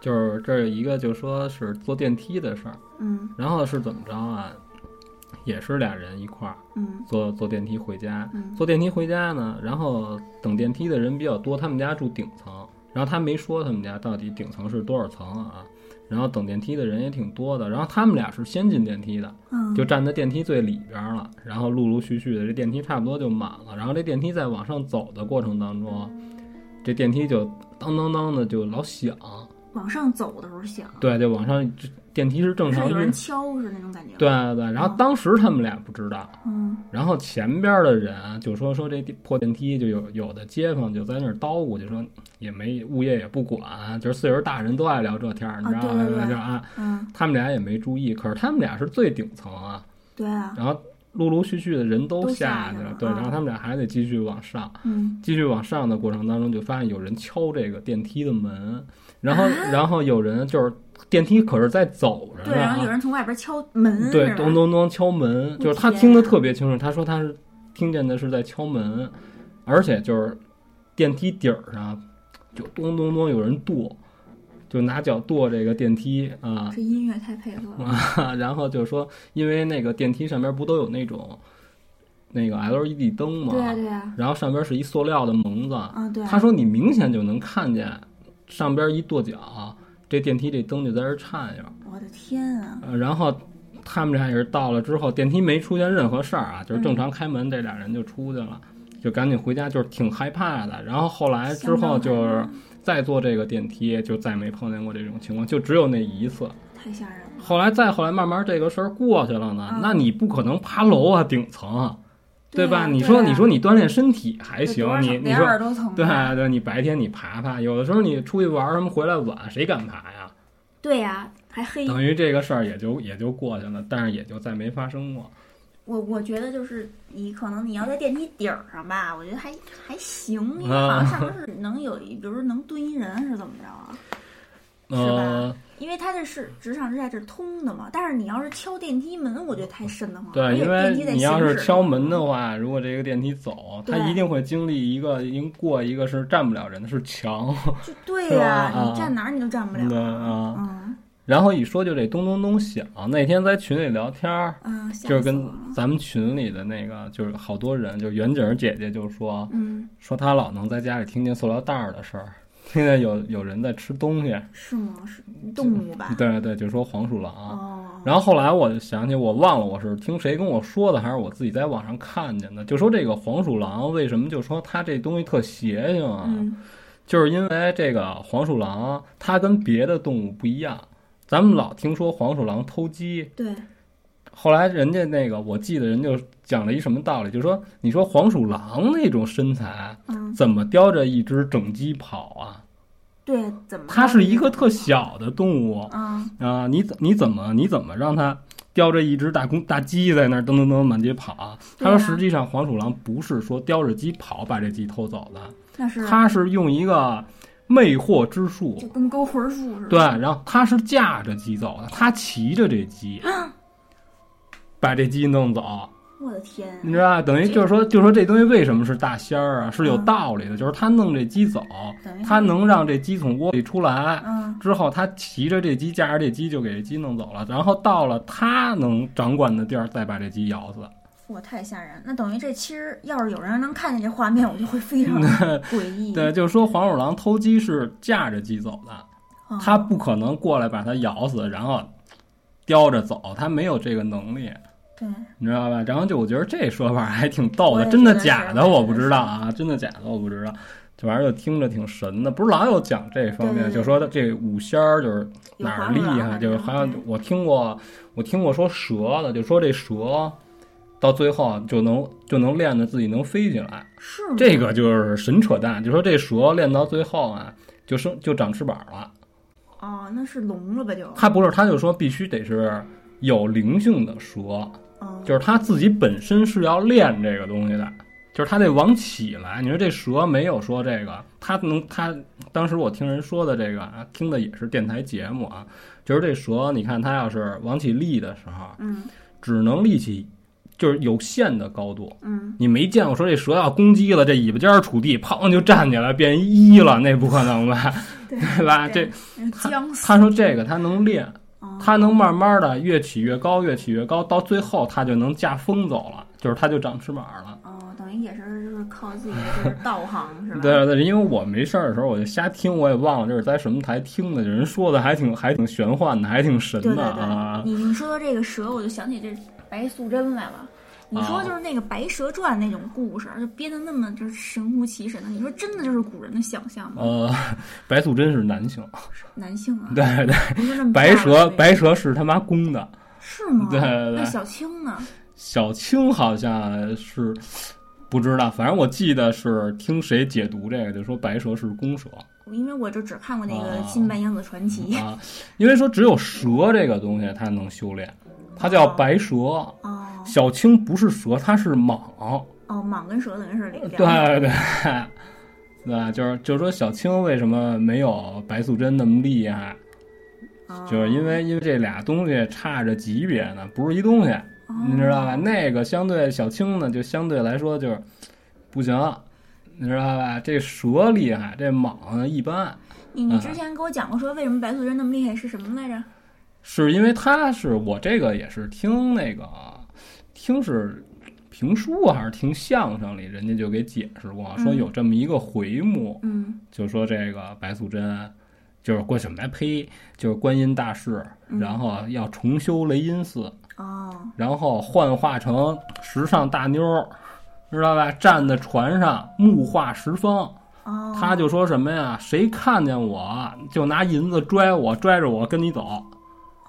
S1: 就是这儿有一个就说是坐电梯的事儿，
S2: 嗯
S1: 然后是怎么着啊？也是俩人一块儿
S2: 嗯
S1: 坐坐电梯回家，
S2: 嗯
S1: 坐电梯回家呢，然后等电梯的人比较多，他们家住顶层，然后他没说他们家到底顶层是多少层啊，然后等电梯的人也挺多的，然后他们俩是先进电梯的，
S2: 嗯，
S1: 就站在电梯最里边了，然后陆陆续续的这电梯差不多就满了，然后这电梯在往上走的过程当中，啊这电梯就当当当的就老响，
S2: 往上走的时候响，
S1: 对，就往上，电梯是正
S2: 是
S1: 常
S2: 有
S1: 运
S2: 人，敲是那种感觉，
S1: 对，对对，然后当时他们俩不知道。
S2: 嗯
S1: 然后前边的人啊就说说这地破电梯，就有有的街坊就在那儿叨咕，就说也没物业也不管，就是岁数大人都爱聊这天儿，你知道吗？
S2: 啊对对对
S1: 就啊，
S2: 嗯，
S1: 他们俩也没注意，可是他们俩是最顶层啊，
S2: 对啊，
S1: 然后陆陆续续的人都
S2: 都
S1: 下
S2: 下
S1: 去
S2: 去
S1: 了
S2: 了，
S1: 对，
S2: 啊
S1: 然后他们俩还得继续往上，
S2: 嗯
S1: 继续往上的过程当中，就发现有人敲这个电梯的门，然后然后有人就是电梯可是在走着
S2: 啊对，
S1: 呢
S2: 然后
S1: 啊
S2: 有。人从外边敲门，
S1: 对
S2: 是，吧
S1: 咚咚咚敲门，就是他听得特别清楚。他说他是听见的是在敲门，而且就是电梯底儿上就咚咚咚有人跺，就拿脚跺这个电梯啊、
S2: 这音乐太配合了，
S1: 然后就说，因为那个电梯上面不都有那种那个 LED 灯嘛，
S2: 对啊对啊，
S1: 然后上边是一塑料的蒙子，
S2: 啊对啊，
S1: 嗯他说你明显就能看见上边一跺脚，这电梯这灯就在这儿颤悠。
S2: 我的天啊，
S1: 呃，然后他们俩也是到了之后，电梯没出现任何事儿
S2: 嗯
S1: 啊，就是正常开门，这俩人就出去了，就赶紧回家，就是挺害怕的。然后后来之后就是再坐这个电梯，就再没碰见过这种情况，就只有那一次。
S2: 太吓人了，
S1: 后来再后来慢慢这个事儿过去了呢
S2: 嗯，
S1: 那你不可能爬楼啊，顶层啊，对
S2: 对
S1: 吧？
S2: 啊
S1: 你
S2: 对
S1: 说
S2: 啊
S1: 你说你锻炼身体还
S2: 这
S1: 行
S2: 多，少
S1: 你你
S2: 连
S1: 说
S2: 耳朵疼，啊
S1: 对对，你白天你爬爬，有的时候你出去玩儿什么回来晚，谁敢爬呀？
S2: 对呀，还黑，
S1: 等于这个事儿也就也就过去了，但是也就再没发生过。
S2: 我我觉得就是你可能你要在电梯顶儿上吧，我觉得还还行，因为
S1: 啊
S2: 好像上面是能有一，比如说能蹲一人是怎么着啊？是吧
S1: 呃，
S2: 因为它这是直上直下这是通的嘛。但是你要是敲电梯门，我觉得太瘆得慌。而
S1: 对，
S2: 且
S1: 因
S2: 电
S1: 为
S2: 梯在
S1: 你要
S2: 行
S1: 是
S2: 驶
S1: 敲门的话，如果这个电梯走，它
S2: 对
S1: 一定会经历一个，经过一个是站不了人的，是墙。
S2: 就对
S1: 是吧
S2: 呀、
S1: 啊
S2: 你站哪儿你都站不了。
S1: 对啊
S2: 嗯
S1: 然后一说就这咚咚咚响，那天在群里聊天儿，
S2: 嗯，吓
S1: 就是
S2: 死
S1: 跟
S2: 我了
S1: 咱们群里的那个，就是好多人，就是袁景儿姐姐就说
S2: 嗯
S1: 说她老能在家里听见塑料袋儿的事儿。现在有有人在吃东西，
S2: 是吗？是动物吧？
S1: 对对，就说黄鼠狼。啊
S2: 哦，
S1: 然后后来我就想起，我忘了我是听谁跟我说的，还是我自己在网上看见的，就说这个黄鼠狼为什么就说它这东西特邪性啊？
S2: 嗯
S1: 就是因为这个黄鼠狼它跟别的动物不一样，咱们老听说黄鼠狼偷鸡，
S2: 对，
S1: 后来人家那个我记得人就讲了一什么道理，就说你说黄鼠狼那种身材
S2: 嗯
S1: 怎么叼着一只整鸡跑啊？
S2: 对，怎么
S1: 它是一个特小的动物，
S2: 嗯
S1: 啊，你怎你怎么你怎么让它叼着一只大公大鸡在那儿噔噔噔满街跑啊？他
S2: 对
S1: 说
S2: 啊
S1: 实际上黄鼠狼不是说叼着鸡跑把这鸡偷走的，
S2: 那是
S1: 它是用一个魅惑之术
S2: 嗯就，跟勾魂术似的。
S1: 对，然后它是驾着鸡走的，它骑着这鸡。
S2: 啊
S1: 把这鸡弄走，
S2: 我的天，
S1: 你知道吧？等于就是说，就是说这东西为什么是大仙儿啊？是有
S2: 嗯
S1: 道理的，就是他弄这鸡走，
S2: 等于
S1: 他能让这鸡从窝里出来，
S2: 嗯
S1: 之后，他骑着这鸡，驾着这鸡就给这鸡弄走了，然后到了他能掌管的地儿，再把这鸡咬死。
S2: 我太吓人，那等于这其实要是有人能看见这画面，我就会
S1: <laughs>
S2: 非常诡异。
S1: 对，就是说黄鼠狼偷鸡是驾着鸡走的，
S2: 嗯，
S1: 它不可能过来把它咬死，然后叼着走，它没有这个能力，
S2: 对，
S1: 你知道吧？然后就我觉得这说法还挺逗
S2: 我
S1: 的，
S2: 也
S1: 真的
S2: 觉得
S1: 假
S2: 是
S1: 的
S2: 我也
S1: 我
S2: 觉
S1: 不
S2: 得
S1: 知
S2: 是
S1: 道啊，真的假的我不知道。这玩意儿就听着挺神的，不是老有讲这方面，
S2: 对对对
S1: 就说这五仙儿就是
S2: 有
S1: 哪儿
S2: 黄
S1: 厉
S2: 鼠狼
S1: 害，
S2: 反
S1: 就是
S2: 正
S1: 好像
S2: 对
S1: 我听过，我听过说蛇的，就说这蛇到最后就能就能练的自己能飞起来，
S2: 是吗
S1: 这个就是神扯淡，就说这蛇练到最后啊，就生就长翅膀了。
S2: 哦，那是聋了吧就？
S1: 他不是，他就说必须得是有灵性的蛇，
S2: 嗯，
S1: 就是他自己本身是要练这个东西的，就是他得往起来。你说这蛇没有说这个，他能他当时我听人说的这个啊，听的也是电台节目啊，就是这蛇，你看它要是往起立的时候，
S3: 嗯
S1: 只能立起就是有限的高度。
S3: 嗯，
S1: 你没见过说这蛇要攻击了，这尾巴尖儿杵地，砰就站起来变一了，那不可能吧？
S2: <laughs>
S1: <laughs>
S2: 对
S1: 对吧？啊这
S2: 对嗯僵死。
S1: 他说这个他能练，
S3: 哦
S1: 它能慢慢的越起越高，越起越高，到最后它就能驾风走了，就是它就长翅膀了。
S3: 哦，等于也是就是靠自己的就是道行是吧？
S1: <laughs> 对对，因为我没事儿的时候我就瞎听，我也忘了这是在什么台听的，人说的还挺还挺玄幻的，还挺神
S2: 对
S1: 的
S2: 对
S1: 啊
S2: 对，。你你说到这个蛇，我就想起这白素贞来了。你
S1: 啊
S2: 说就是那个《白蛇传》那种故事，就编的那么就是神乎其神的，你说真的就是古人的想象吗？
S1: 呃， <laughs> 白素贞是男性， <laughs>
S2: 男性啊，
S1: 对
S2: <laughs>
S1: 对，
S2: 你说那么大
S1: 白
S2: 的
S1: 蛇
S2: 那个
S1: 白蛇是他妈公的，
S2: 是吗？
S1: <laughs> 对对
S2: 那
S1: 对，
S2: 小青呢？
S1: 小青好像是不知道，反正我记得是听谁解读这个，就说白蛇是公蛇，
S2: 因为我就只看过那个
S1: 哦
S2: 《新白娘子传奇》
S1: 啊，因为说只有蛇这个东西它能修炼，它叫白蛇。
S2: <laughs> 哦
S1: 小青不是蛇，它是蟒。
S2: 哦，蟒跟蛇等于是两
S1: 对对对，对，就是就是说小青为什么没有白素贞那么厉害，
S2: 哦
S1: 就是因为因为这俩东西差着级别呢，不是一东西，
S2: 哦
S1: 你知道吧？那个相对小青呢，就相对来说就是不行。你知道吧？这蛇厉害，这蟒呢一般，
S2: 你
S1: 嗯
S2: 你之前给我讲过说为什么白素贞那么厉害是什么来着？
S1: 是因为它是我这个也是听那个听是评书还是听相声里，人家就给解释过，说有这么一个回目，
S2: 嗯，
S1: 就说这个白素贞就是观什么呀？呸，就是观音大士，然后要重修雷音寺，
S2: 哦，
S1: 然后幻化成时尚大妞儿，知道吧？站在船上目化十方。
S2: 哦
S1: 他就说什么呀？谁看见我就拿银子拽我，拽着我跟你走。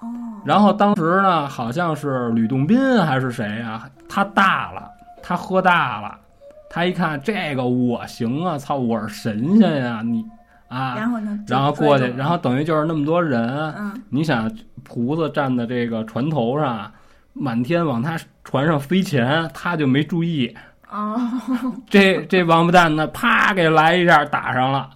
S2: 哦，
S1: 然后当时呢，好像是吕洞宾还是谁啊，他大了，他喝大了，他一看这个我行啊，操，我是神仙呀、你啊，
S2: 然后呢？
S1: 然后过去，
S2: 就
S1: 然后等于就是那么多人，
S2: 嗯，
S1: 你想菩萨站在这个船头上，满天往他船上飞钱，他就没注意，
S2: 哦， <laughs>
S1: 这这王八蛋呢，啪给来一下打上了。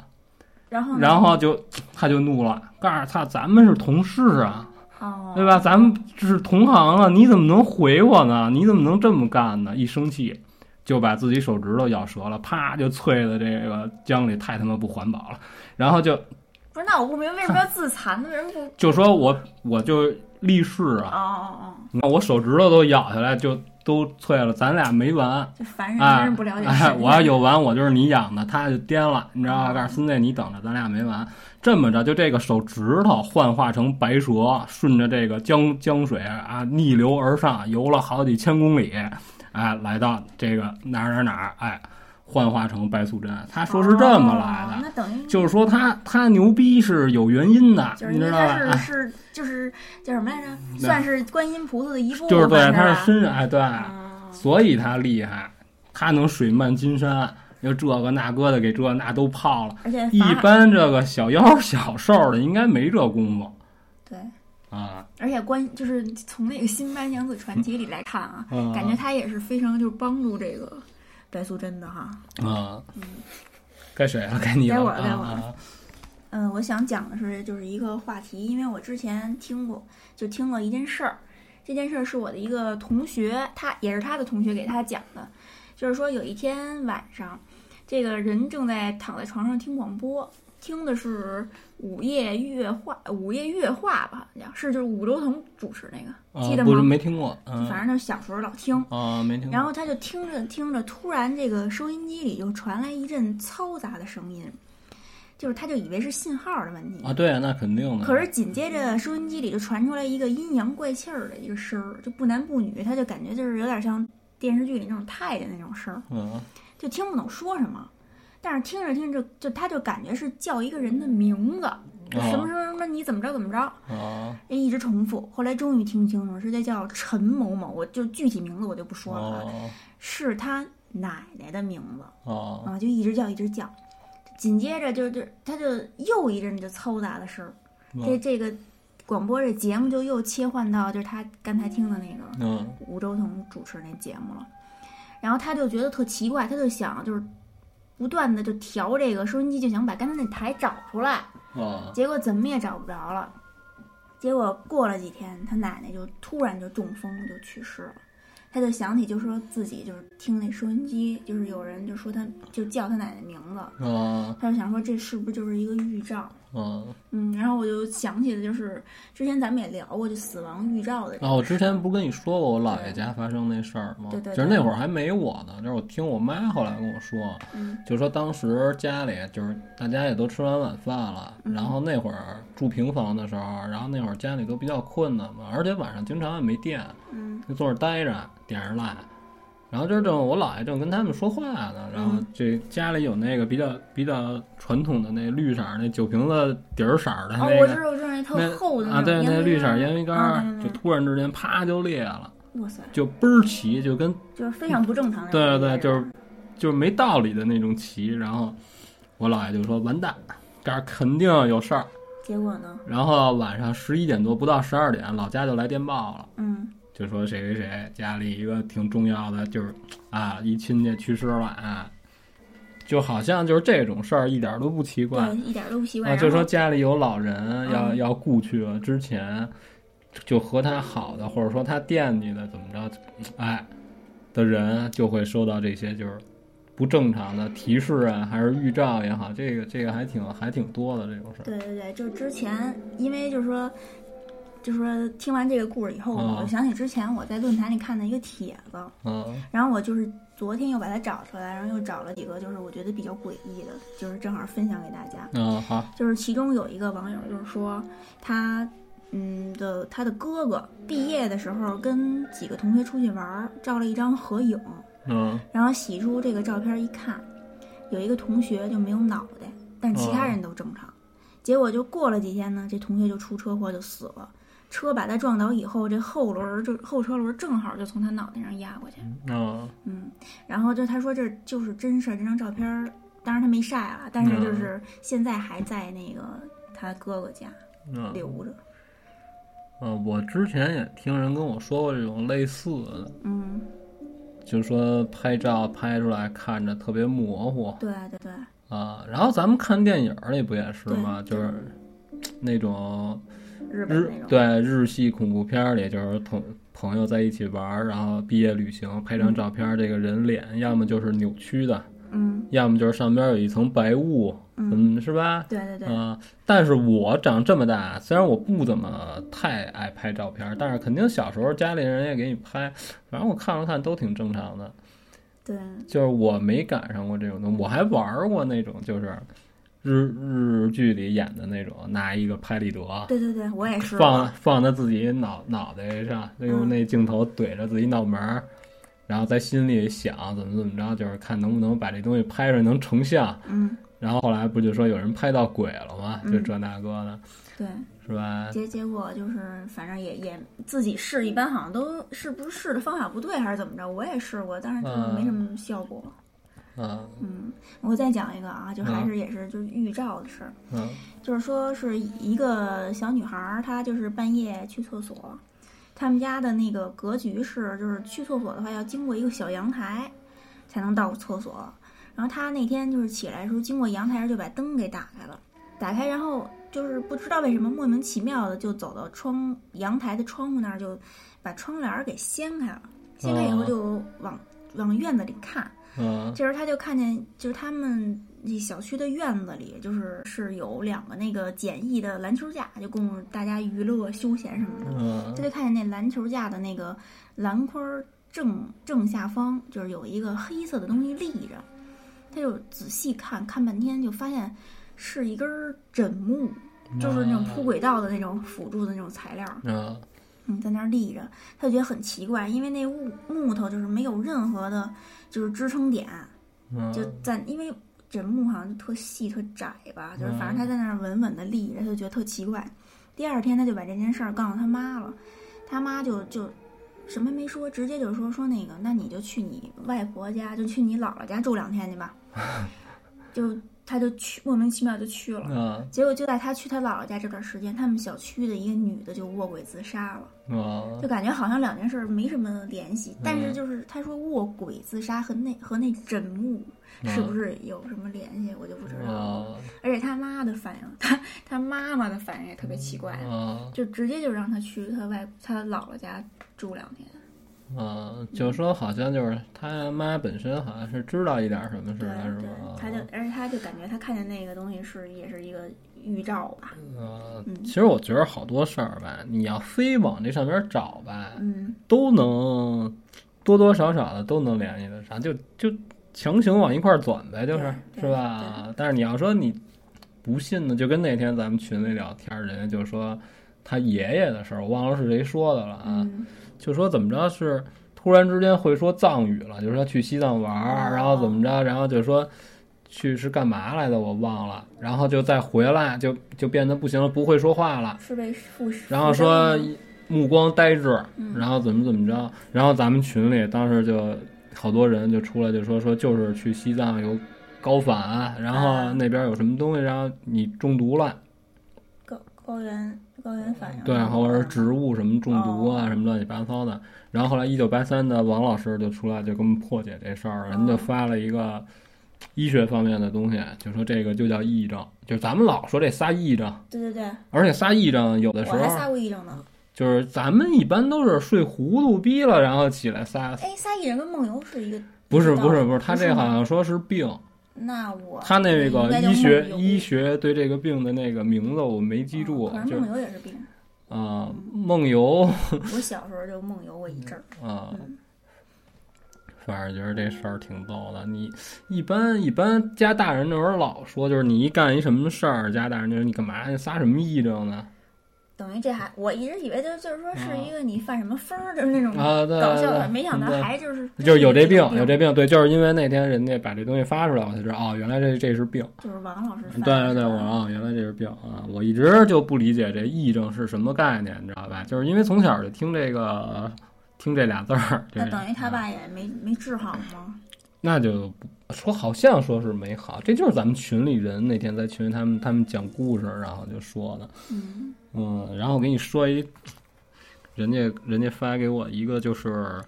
S2: 然后呢
S1: 然后就他就怒了，告诉他咱们是同事啊，
S2: 哦，
S1: 对吧？咱们是同行啊，你怎么能回我呢？你怎么能这么干呢？一生气就把自己手指头咬折了，啪就啐的这个江里太他妈不环保了，然后就
S4: 不是，那我不明白为什么要自残呢？为什么不？
S1: 就说我我就立誓 <laughs>
S2: 哦
S1: 啊，
S2: 哦
S1: 你看我手指头都咬下来就都啐了，咱俩没完。
S2: 哦，就凡人
S1: 哎
S2: 真是不嗯哦了解世
S1: 哎，<laughs>
S2: 界哦
S1: 我要有完，我就是你养的，他就颠了，你知道吧？告诉孙子，你等着，咱俩没完。这么着，就这个手指头幻化成白蛇，顺着这个江江水啊逆流而上，游了好几千公里，哎，来到这个哪儿哪儿哪儿，哎，幻化成白素贞。他说是这么来
S2: 哦
S1: 的，
S2: 那等于
S1: 就是说他他牛逼是有原因的，
S2: 就是
S1: 你
S2: 因
S1: 知
S2: 为
S1: 道吧？
S2: 他
S1: 哎
S2: 是是就是叫什么来着？
S1: 那
S2: 算是观音菩萨的一部
S1: 就是
S2: 分
S1: 对，
S2: 吧
S1: 他是身上，哎，对，
S2: 嗯
S1: 所以他厉害，他能水漫金山，又这个那个的给这那都泡了。
S2: 而且
S1: 一
S2: 法
S1: 般这个小妖小兽的应该没这功夫
S2: 对，
S1: 啊，
S2: 而且观就是从那个《新白娘子传奇》里来看啊，
S1: 嗯
S2: 感觉他也是非常就是帮助这个白素贞的哈。
S1: 啊，该谁了？该你
S2: 该
S1: 了
S2: 我了
S1: 啊
S2: 该我了
S1: 啊！
S2: 嗯，我想讲的是就是一个话题，因为我之前听过，就听过一件事儿，这件事儿是我的一个同学，他也是他的同学给他讲的，就是说有一天晚上，这个人正在躺在床上听广播，听的是午夜乐话，午夜乐话吧，好像是就是伍周彤主持那
S1: 啊
S2: 个，记得
S1: 不是
S2: 吗？
S1: 没听过，嗯
S2: 反正他小时候老听，
S1: 啊，没听过。
S2: 然后他就听着听着，突然这个收音机里就传来一阵嘈杂的声音，就是他就以为是信号的问题。
S1: 啊，对，那肯定的。
S2: 可是紧接着收音机里就传出来一个阴阳怪气儿的一个声儿，就不男不女，他就感觉就是有点像电视剧里那种太监那种声儿，
S1: 嗯，
S2: 就听不懂说什么。但是听着听着，就他就感觉是叫一个人的名字，就什么什么什么，你怎么着怎么着，
S1: 啊
S2: 一直重复。后来终于听清楚，是在叫陈某某，我就具体名字我就不说了啊。
S1: 啊
S2: 是他奶奶的名字
S1: 啊
S2: 啊，就一直叫一直叫。紧接着就就他就又一阵就嘈杂的声儿，这这个广播这节目就又切换到就是他刚才听的那个
S1: 嗯
S2: 吴周彤主持那节目了。然后他就觉得特奇怪，他就想就是不断的就调这个收音机，就想把刚才那台找出来。
S1: 啊
S2: 结果怎么也找不着了。结果过了几天，他奶奶就突然就中风就去世了。他就想起，就说自己就是听那收音机，就是有人就说他就叫他奶奶名字，
S1: 啊
S2: 他就想说这是不是就是一个预兆？
S1: 啊！
S2: 嗯，然后我就想起了，就是之前咱们也聊过，就死亡预兆的这个
S1: 啊，我之前不是跟你说过我姥爷家发生那事儿吗？
S2: 对对对
S1: 就是那会儿还没我呢，就是我听我妈后来跟我说，
S2: 嗯
S1: 就说当时家里就是大家也都吃完晚饭了，
S2: 嗯
S1: 然后那会儿住平房的时候，然后那会儿家里都比较困难嘛，而且晚上经常也没电，
S2: 嗯，
S1: 就坐那儿待着点着蜡，然后就是正我姥爷正跟他们说话呢，然
S2: 嗯
S1: 后这家里有那个比较比较传统的那绿色儿那酒瓶子底儿色儿的
S2: 哦
S1: 啊那，
S2: 我
S1: 个
S2: 知。道，我知道那
S1: 那
S2: 特厚的
S1: 啊，
S2: 种
S1: 对，
S2: 烟
S1: 那
S2: 灰
S1: 绿色
S2: 缸
S1: 儿烟灰缸
S2: 啊
S1: 儿
S2: 对
S1: 就
S2: 对
S1: 突然之间啪就裂了，
S2: 对哇塞，
S1: 就倍儿齐，就跟
S2: 就是非常不正常的那
S1: 对
S2: 种
S1: 对，
S2: 人
S1: 就是就是没道理的那种棋。然后我姥爷就说：“完蛋，这儿肯定有事儿。
S2: 结果呢，”
S1: 然后晚上十一点多，不到十二点，老家就来电报了，
S2: 嗯，
S1: 就说谁谁谁家里一个挺重要的，就是啊，一亲戚去世了啊，就好像就是这种事儿一点都不奇怪。
S2: 对，一点都不奇
S1: 啊，
S2: 怪。然
S1: 就
S2: 后
S1: 说家里有老人要、
S2: 嗯
S1: 要故去了之前，就和他好的，或者说他惦记的怎么着，哎，的人就会收到这些就是不正常的提示啊，还是预兆也好，这个这个还挺还挺多的这种事儿。
S2: 对对对，就之前，因为就是说，就是说听完这个故事以后，
S1: 嗯
S2: 我想起之前我在论坛里看的一个帖子，
S1: 嗯
S2: 然后我就是昨天又把它找出来，然后又找了几个就是我觉得比较诡异的，就是正好分享给大家。
S1: 嗯，好，
S2: 就是其中有一个网友就是说他。嗯的，他的哥哥毕业的时候跟几个同学出去玩儿，照了一张合影，
S1: 嗯
S2: 然后洗出这个照片一看，有一个同学就没有脑袋，但其他人都正常。结果就过了几天呢，这同学就出车祸就死了。车把他撞倒以后，这后轮儿就后车轮正好就从他脑袋上压过去。
S1: 嗯
S2: 嗯，然后就他说这就是真事儿，这张照片儿当然他没晒了，但是就是现在还在那个他哥哥家
S1: 嗯
S2: 留着。
S1: 嗯，我之前也听人跟我说过这种类似的，
S2: 嗯，
S1: 就是说拍照拍出来看着特别模糊
S2: 对对对，
S1: 啊、啊，然后咱们看电影儿里不也是吗？
S2: 对
S1: 就是那种
S2: 日本
S1: 日
S2: 那种，
S1: 对日系恐怖片儿里，就是同朋友在一起玩儿，然后毕业旅行拍张照片儿，这个人脸要么就是扭曲的，
S2: 嗯
S1: 要么就是上边有一层白雾，
S2: 嗯，
S1: 嗯，是吧？
S2: 对对对，
S1: 啊、但是我长这么大，虽然我不怎么太爱拍照片儿，但是肯定小时候家里人也给你拍，反正我看了看都挺正常的。
S2: 对，
S1: 就是我没赶上过这种东西，我还玩儿过那种就是日日剧里演的那种，拿一个拍立得
S2: 对对对，我也是。啊
S1: 放放在自己脑脑袋上，用
S2: 嗯
S1: 那镜头怼着自己脑门儿，然后在心里想怎么怎么着，就是看能不能把这东西拍出来能成像。
S2: 嗯，
S1: 然后后来不就说有人拍到鬼了吗？
S2: 嗯
S1: 就这那个的，
S2: 对，
S1: 是吧？
S2: 结结果就是，反正也也自己试，一般好像都是不是试的方法不对，还是怎么着？我也试过，但是就是没什么效果。
S1: 嗯
S2: 嗯，我再讲一个啊，就还是也是就是预兆的事儿，
S1: 嗯
S2: 就是说是一个小女孩儿，她就是半夜去厕所，他们家的那个格局是，就是去厕所的话要经过一个小阳台，才能到厕所。然后她那天就是起来的时候，经过阳台时就把灯给打开了，打开然后就是不知道为什么莫名其妙的就走到窗阳台的窗户那儿，就把窗帘儿给掀开了，掀开以后
S1: 哦
S2: 就往、往院子里看。
S1: 嗯
S2: 这时候他就看见，就是他们这小区的院子里，就是是有两个那个简易的篮球架，就供大家娱乐休闲什么的。
S1: 嗯
S2: 他就看见那篮球架的那个篮筐儿正正下方，就是有一个黑色的东西立着。他就仔细看看半天，就发现是一根儿枕木，就是那
S1: 啊
S2: 种铺轨道的那种辅助的那种材料。
S1: 嗯
S2: 嗯，在那儿立着，他就觉得很奇怪，因为那木木头就是没有任何的，就是支撑点。
S1: 嗯
S2: 就在因为枕木好像就特细特窄吧，就是反正他在那儿稳稳的立着，他就觉得特奇怪。第二天他就把这件事儿告诉他妈了，他妈就就什么也没说，直接就说说那个，那你就去你外婆家，就去你姥姥家住两天去吧。就他就去莫名其妙就去了，
S1: 嗯
S2: 结果就在他去他姥姥家这段时间，他们小区的一个女的就卧轨自杀了。
S1: 嗯
S2: 就感觉好像两件事儿没什么联系，但是就是他说卧轨自杀和那和那枕木是不是有什么联系，我就不知道了。
S1: 嗯
S2: 而且他妈的反应，他他妈妈的反应也特别奇怪，
S1: 嗯
S2: 就直接就让他去他外他姥姥家住两天。
S1: 嗯，就说好像就是他妈本身好像是知道一点什么似
S2: 对
S1: 的，是哦
S2: 对
S1: 吧？，
S2: 他就而且他就感觉他看见那个东西是也是一个预兆吧，
S1: 嗯，
S2: 嗯
S1: 其实我觉得好多事儿吧，你要非往这上边找吧，
S2: 嗯，
S1: 都能多多少少的都能联系得上，就就强行往一块儿转呗，就是
S2: 对
S1: 是吧？但是你要说你不信呢，就跟那天咱们群里聊天儿，人家就说他爷爷的事儿，我忘了是谁说的了啊，
S2: 嗯，
S1: 就说怎么着是突然之间会说藏语了，就是他去西藏玩儿，
S2: 哦
S1: 然后怎么着，然后就说去是干嘛来的我忘了，然后就再回来就就变得不行了，不会说话了，
S2: 是被附身
S1: 然后说
S2: 吗
S1: 目光呆滞，
S2: 嗯
S1: 然后怎么怎么着，然后咱们群里当时就好多人就出来就说说就是去西藏有高反，然后那边有什么东西，然后你中毒了，
S2: 高高原高原反应，嗯
S1: 对，或者是植物什么中毒
S2: 哦
S1: 啊，什么乱七八糟的。然后后来一九八三的王老师就出来就给我们破解这事儿，
S2: 嗯
S1: 人就发了一个医学方面的东西，就说这个就叫癔症，就是咱们老说这仨癔症，
S2: 对对对，
S1: 而且仨癔症有的时
S2: 我还撒
S1: 候
S2: 过一整呢。
S1: 就是咱们一般都是睡糊涂逼了，然后起来仨，
S2: 哎，撒野人跟梦游是一个，
S1: 不是
S2: 知道
S1: 不是不是，他
S2: 不是
S1: 这
S2: 吗
S1: 好像说是病，
S2: 那我
S1: 他那
S2: 应
S1: 个
S2: 该叫
S1: 医学
S2: 梦游
S1: 医学对这个病的那个名字我没记住
S2: 哦，可
S1: 就是
S2: 能梦游也是病。
S1: 啊梦游
S2: 我小时候就梦游过一阵儿，
S1: 啊。
S2: 嗯，
S1: 反正觉得这事儿挺逗的。你一般一般家大人那会儿老说，就是你一干一什么事儿，家大人就说你干嘛去撒什么癔症呢？
S2: 等于这还我一直以为就就是说是一个你犯什么疯儿，就是那种
S1: 啊，对
S2: 嗯搞
S1: 对
S2: 笑的，
S1: 对，
S2: 没想到
S1: 对
S2: 还就是
S1: 就是有这
S2: 病
S1: 病，，有这病，对，就是因为那天人家把这东西发出来，我才知道哦，原来这这是病。
S2: 就是王老师
S1: 对
S2: 犯的
S1: 对对，我说哦，原来这是病啊！我一直就不理解这癔症是什么概念，你知道吧？就是因为从小就听这个听这俩字儿，这
S2: 那等于他爸也没没治好吗？
S1: 那就不说好像说是没好，这就是咱们群里人那天在群里他们他们讲故事，然后就说的，
S2: 嗯
S1: 嗯，然后我给你说一，人家人家发给我一个就是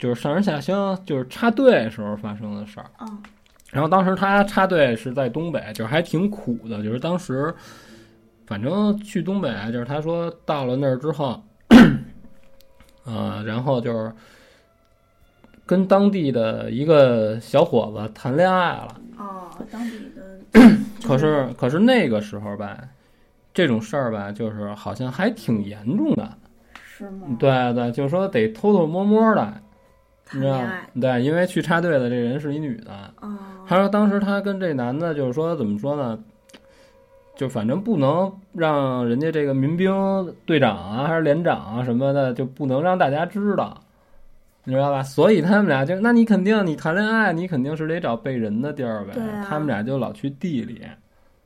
S1: 就是上人下乡就是插队时候发生的事儿，
S2: 嗯
S1: 然后当时他插队是在东北，就是还挺苦的，就是当时反正去东北，就是他说到了那儿之后，呃，然后就是跟当地的一个小伙子谈恋爱了。
S2: 哦，当地
S1: <clears throat>
S2: 的
S1: 可是可是那个时候吧，这种事儿吧，就是好像还挺严重的。
S2: 是吗？
S1: 对对，就是说得偷偷摸摸的，你
S2: 谈
S1: 知道
S2: 恋
S1: 吗
S2: 爱？
S1: 对，因为去插队的这人是一女的。
S2: 哦，
S1: 他说当时他跟这男的，就是说怎么说呢，就反正不能让人家这个民兵队长啊，还是连长啊什么的，就不能让大家知道，你知道吧？所以他们俩就，那你肯定你谈恋爱，你肯定是得找背人的地儿呗。
S2: 对啊
S1: 他们俩就老去地里，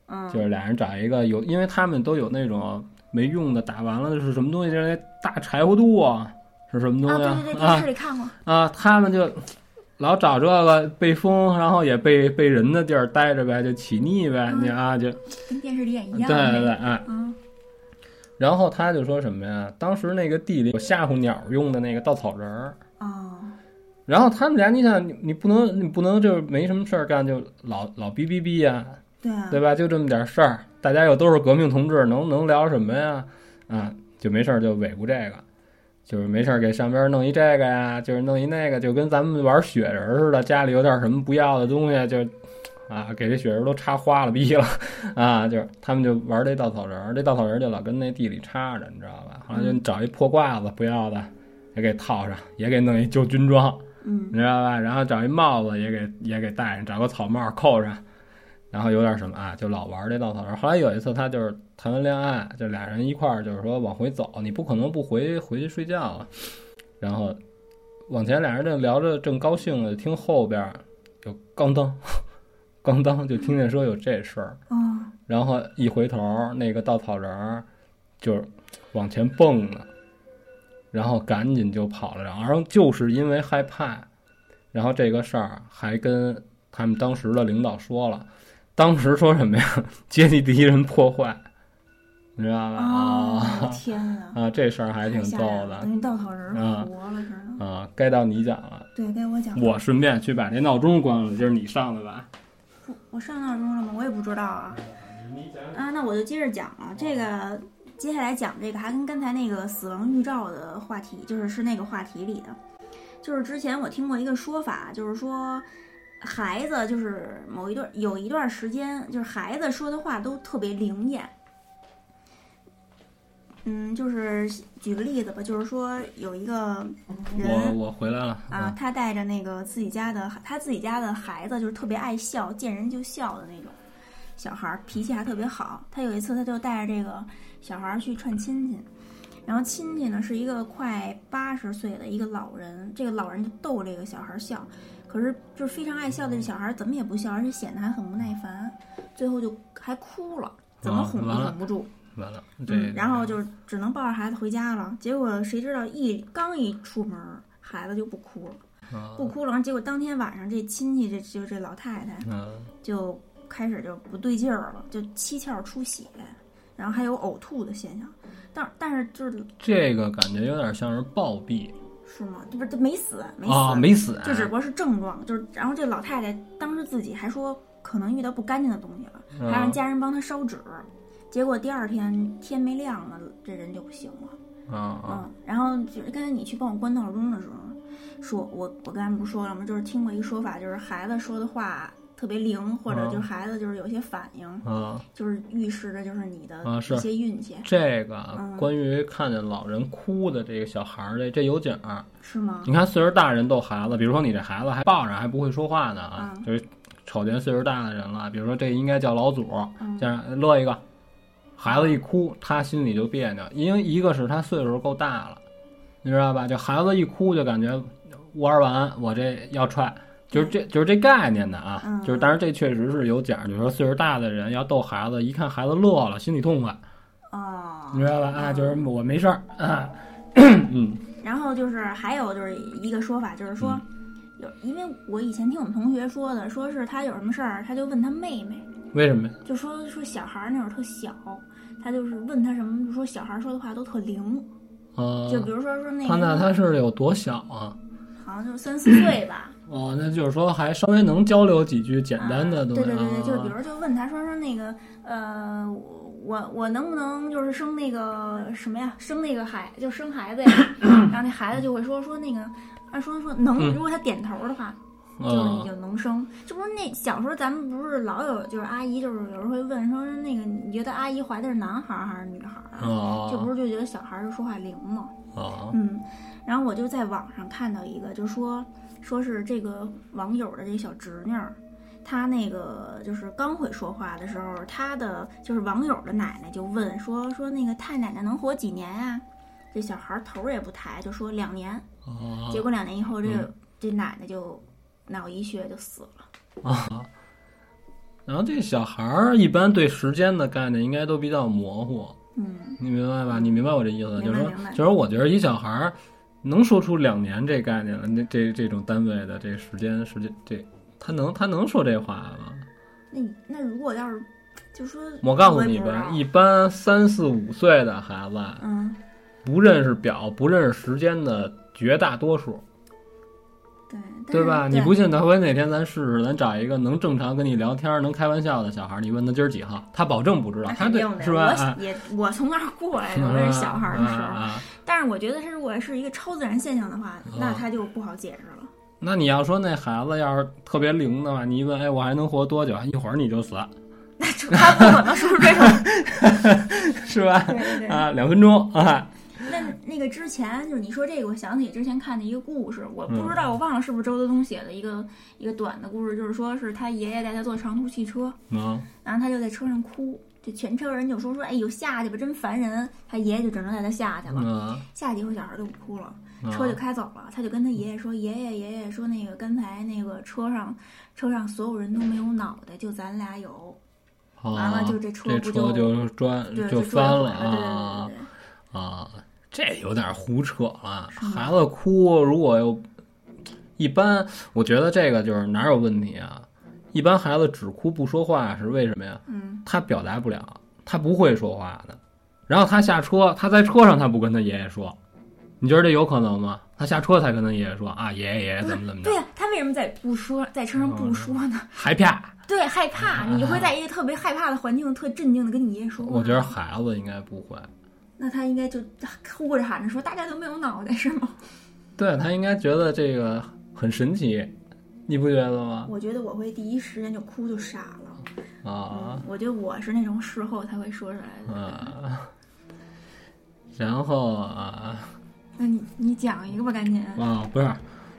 S2: 嗯，
S1: 就是俩人找一个有，因为他们都有那种没用的，打完了是什么东西，就是那大柴火垛啊，是什么东
S2: 哦
S4: 啊，
S1: 西
S4: 对对对，
S1: 啊
S4: 电视里看过，
S1: 啊，他们就老找这个被风，然后也被被人的地儿待着呗，就起腻呗，
S4: 嗯
S1: 你啊就
S4: 跟电视里演一
S1: 对
S4: 样。
S1: 对对，啊。
S4: 嗯，
S1: 然后他就说什么呀？当时那个地里有吓唬鸟用的那个稻草人儿，
S2: 哦，
S1: 然后他们俩，你想，你你不能，你不能就是没什么事儿干，就老老逼逼逼呀、
S2: 对啊，
S1: 对吧？就这么点事儿，大家又都是革命同志，能能聊什么呀？啊，就没事儿就维护这个，就是没事儿给上边弄一这个呀，就是弄一那个，就跟咱们玩雪人儿似的，家里有点什么不要的东西，就啊给这雪人都插花了 <laughs> 逼了啊，就是他们就玩这稻草人儿，这稻草人儿就老跟那地里插着，你知道吧？后来就找一破褂子不要的。也给套上，也给弄一旧军装，
S2: 嗯，
S1: 你知道吧？然后找一帽子也给也给戴上，找个草帽扣上，然后有点什么啊，就老玩这稻草人。后来有一次，他就是谈完恋爱，就俩人一块儿就是说往回走，你不可能不回回去睡觉啊。然后往前，俩人正聊着正高兴呢，听后边儿有咣 <laughs> 当咣当，就听见说有这事儿。
S2: 哦，
S1: 然后一回头，那个稻草人儿就是往前蹦呢，然后赶紧就跑了，然后就是因为害怕，然后这个事儿还跟他们当时的领导说了，当时说什么呀？ <laughs> 阶级敌人破坏，你知道吧？
S2: 哦，
S1: 啊
S2: 天哪！
S1: 啊，这事儿 <laughs> 还挺
S2: 太吓
S1: 逗
S2: 人了
S1: 的
S2: 等于稻草人
S1: 啊
S2: 儿活了似的。
S1: 啊，该到你讲了，
S2: 对，该我讲了。
S1: 我顺便去把这闹钟关了，就是你上的吧？
S2: 我上闹钟了吗？我也不知道啊。啊，那我就接着讲啊。这个接下来讲这个还跟刚才那个死亡预兆的话题，就是是那个话题里的，就是之前我听过一个说法，就是说孩子就是某一段有一段时间，就是孩子说的话都特别灵验。嗯，就是举个例子吧，就是说有一个人，
S1: 我我回来了嗯
S2: 啊，，他带着那个自己家的他自己家的孩子，就是特别爱笑，见人就笑的那种小孩儿，脾气还特别好。他有一次，他就带着这个小孩儿去串亲戚，然后亲戚呢是一个快八十岁的一个老人，这个老人就逗这个小孩儿笑，可是就是非常爱笑的这小孩儿怎么也不笑，而且显得还很不耐烦，最后就还哭了，怎么
S1: 啊
S2: 哄都
S1: 完了
S2: 哄不住。
S1: 完了，
S2: 嗯
S1: 这，
S2: 然后就是只能抱着孩子回家了。结果谁知道一刚一出门儿，孩子就不哭了。
S1: 啊
S2: 不哭了。结果当天晚上，这亲戚这就这老太太
S1: 嗯
S2: 就开始就不对劲儿了，就七窍出血，然后还有呕吐的现象。但但是就是
S1: 这个感觉有点像是暴毙
S2: 是吗？这不是这没死，没死，
S1: 啊，没死啊，
S2: 就只不过是症状。就是然后这老太太当时自己还说可能遇到不干净的东西了，
S1: 嗯
S2: 还让家人帮她烧纸。结果第二天天没亮呢，这人就不行了。
S1: 啊啊
S2: 嗯，然后就是刚才你去帮我关闹钟的时候，说我我刚才不是说了吗？就是听过一说法，就是孩子说的话特别灵，或者
S1: 嗯
S2: 就是孩子就是有些反应，
S1: 啊！
S2: 就是预示着就是你的
S1: 啊是
S2: 一些运气，
S1: 这个
S2: 嗯
S1: 关于看见老人哭的这个小孩儿，这这有景儿。
S2: 是吗？
S1: 你看岁数大人逗孩子，比如说你这孩子还抱着还不会说话呢啊，
S2: 嗯
S1: 就是瞅见岁数大的人了，比如说这应该叫老祖，
S2: 嗯
S1: 这样乐一个。孩子一哭，他心里就别扭，因为一个是他岁数够大了，你知道吧？就孩子一哭就感觉玩完我这要踹，就是这就是这概念的啊，
S2: 嗯
S1: 就是但是这确实是有讲，就是说岁数大的人要逗孩子，一看孩子乐了，心里痛快，你
S2: 哦，
S1: 知道吧？啊，就是我没事儿啊，嗯
S2: 然后就是还有就是一个说法，就是说。有，因为我以前听我们同学说的，说是他有什么事儿，他就问他妹妹，
S1: 为什么呀？
S2: 就说说小孩儿那会儿特小，他就是问他什么，就说小孩儿说的话都特灵，
S1: 啊、
S2: 就比如说说那个
S1: 他那他是有多小啊？
S2: 好像就三四岁吧，
S1: 哦，那就是说还稍微能交流几句简单的东西。
S2: 呃对对对对，就比
S1: 啊
S2: 如就问他说说那个呃，我我我能不能就是生那个什么呀，生那个孩就生孩子呀，
S1: <clears throat>
S2: 然后那孩子就会说说那个啊说说能，
S1: 嗯
S2: 如果他点头的话，就是你
S1: 嗯
S2: 就能生。这不是那小时候咱们不是老有就是阿姨就是有人会问说那个你觉得阿姨怀的是男孩儿还是女孩儿啊？这不
S1: 哦
S2: 是就觉得小孩儿就说话灵吗？
S1: 哦
S2: 嗯，然后我就在网上看到一个，就说说是这个网友的这小侄女儿，她那个就是刚会说话的时候，她的就是网友的奶奶就问说说那个太奶奶能活几年啊？这小孩儿头儿也不抬，就说两年。
S1: 哦，
S2: 结果两年以后，这、
S1: 嗯
S2: 这奶奶就脑溢血就死了。
S1: 啊。然后这小孩儿一般对时间的概念应该都比较模糊，
S2: 嗯，
S1: 你明白吧？你明白我这意思？
S2: 明
S1: 就
S2: 白
S1: 是说
S2: 明，白
S1: 就是说我觉得一小孩儿能说出两年这概念了，那这这种单位的这时间时间这，他能他能说这话吗？
S2: 嗯那你那如果要是就说
S1: 我告诉
S2: 也
S1: 你
S2: 不知
S1: 吧，
S2: 道
S1: 一般三四五岁的孩子啊
S2: 嗯，
S1: 不认识表、不认识时间的绝大多数，
S2: 对但
S1: 对
S2: 是
S1: 吧？
S2: 嗯对
S1: 你不信，等回哪天咱试试，咱找一个能正常跟你聊天、能开玩笑的小孩，你问他今儿几号，他保证不知道，
S2: 那
S1: 他
S2: 肯
S1: 对
S2: 定的，
S1: 是吧？
S2: 我
S1: 啊
S2: 也我从那儿过来的，我
S1: 啊
S2: 是小孩儿的时候
S1: <laughs> 啊。啊
S2: 但是我觉得它如果是一个超自然现象的话，那它就不好解释了。 <laughs>
S1: 那你要说那孩子要是特别灵的话，你一问，哎，我还能活多久？一会儿你就死，
S2: 那就它不可能说出这种。
S1: 是吧？
S2: 对对对。
S1: 啊，两分钟啊，
S2: 那那个之前就是你说这个，我想起之前看的一个故事，我不知道我忘了是不是周德东写的一个一个短的故事，就是说是他爷爷带他坐长途汽车，
S1: 嗯，
S2: 然后他就在车上哭，就全车人就说说哎呦下去吧，真烦人。他爷爷就只能带他下去了，
S1: 嗯，
S2: 下去以后小孩就不哭了。
S1: 嗯
S2: 车就开走了，他就跟他爷爷说：“爷爷，爷爷，说那个刚才那个车上，车上所有人都没有脑袋，就咱俩有。完了，就
S1: 啊
S2: 这车
S1: 这
S2: 不
S1: 车就转
S2: 对
S1: 嗯就
S2: 就
S1: 翻
S2: 转
S1: 了
S2: 过来了，
S1: 啊
S2: 对对对对
S1: 啊，这有点胡扯了。
S2: 吗
S1: 孩子哭，如果又一般，我觉得这个就是哪有问题啊？一般孩子只哭不说话是为什么呀？
S2: 嗯，
S1: 他表达不了，他不会说话的。然后他下车，他在车上他不跟他爷爷说，你觉得这有可能吗？他下车才跟他爷爷说啊，爷爷爷爷
S2: 不
S1: 怎
S2: 是
S1: 么怎么着
S2: 对，呀、他为什么在不说，在车上不说呢？
S1: 还啪。
S2: <laughs> 对，害怕，你会在一个特别害怕的环境，特镇静的跟你爷爷说话。
S1: 我觉得孩子应该不会，
S2: 那他应该就哭着喊着说：“大家都没有脑袋，是
S1: <laughs>
S2: 吗
S1: 对他应该觉得这个很神奇，你不觉得？”吗？
S2: 我觉得我会第一时间就哭就傻了。嗯
S1: 啊，
S2: 我觉得我是那种事后才会说出来的。
S1: 啊，然后啊。
S2: 那你你讲一个吧，赶紧。
S1: 啊，不是，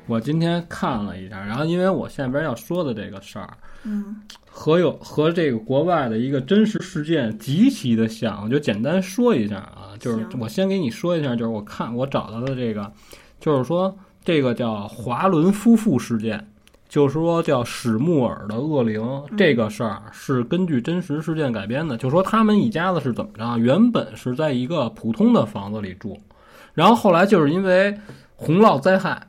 S1: 我今天看了一下，然后因为我下边要说的这个事儿，
S2: 嗯，
S1: 和有和这个国外的一个真实事件极其的像，我就简单说一下啊，就是
S2: 行
S1: 我先给你说一下，就是我看我找到的这个，就是说这个叫华伦夫妇事件。就是说，叫史穆尔的恶灵、这个事儿是根据真实事件改编的。就说他们一家子是怎么着啊？原本是在一个普通的房子里住，然后后来就是因为洪涝灾害，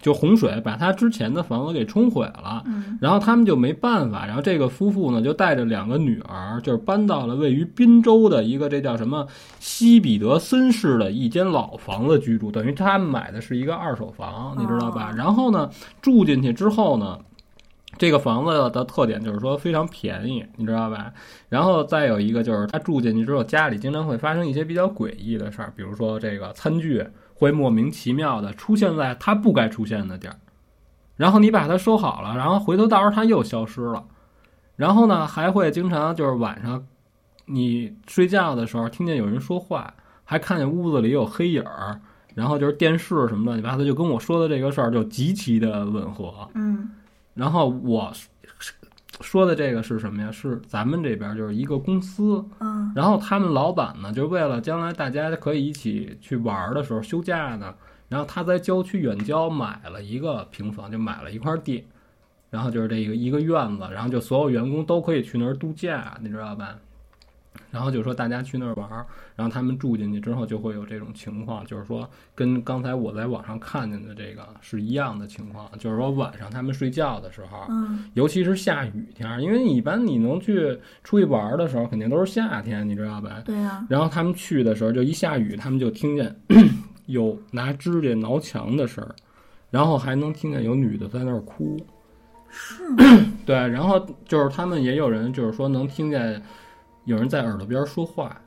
S1: 就洪水把他之前的房子给冲毁了，
S2: 嗯
S1: 然后他们就没办法，然后这个夫妇呢就带着两个女儿，就是搬到了位于滨州的一个这叫什么西彼得森市的一间老房子居住，等于他们买的是一个二手房，你知道吧？然后呢住进去之后呢。这个房子的特点就是说非常便宜，你知道吧？然后再有一个就是他住进去之后，家里经常会发生一些比较诡异的事儿，比如说这个餐具会莫名其妙的出现在它不该出现的地儿，然后你把它收好了，然后回头到时候它又消失了，然后呢还会经常就是晚上你睡觉的时候听见有人说话，还看见屋子里有黑影儿，然后就是电视什么乱七八糟，就跟我说的这个事儿就极其的吻合。
S2: 嗯，
S1: 然后我说的这个是什么呀？是咱们这边就是一个公司，
S2: 嗯，
S1: 然后他们老板呢，就为了将来大家可以一起去玩儿的时候休假呢，然后他在郊区远郊买了一个平房，就买了一块地，然后就是这个一个院子，然后就所有员工都可以去那儿度假，你知道吧？然后就说大家去那儿玩儿，然后他们住进去之后就会有这种情况，就是说跟刚才我在网上看见的这个是一样的情况，就是说晚上他们睡觉的时候，
S2: 嗯，
S1: 尤其是下雨天儿，因为你一般你能去出去玩儿的时候，肯定都是夏天，你知道吧？
S2: 对啊呀、
S1: 然后他们 <coughs> 去的时候，就一下雨，他们就听见有拿指甲挠墙的声儿，然后还能听见有女的在那儿哭。
S2: 是吗？
S1: <coughs> 对，然后就是他们也有人就是说能听见有人在耳朵边说话，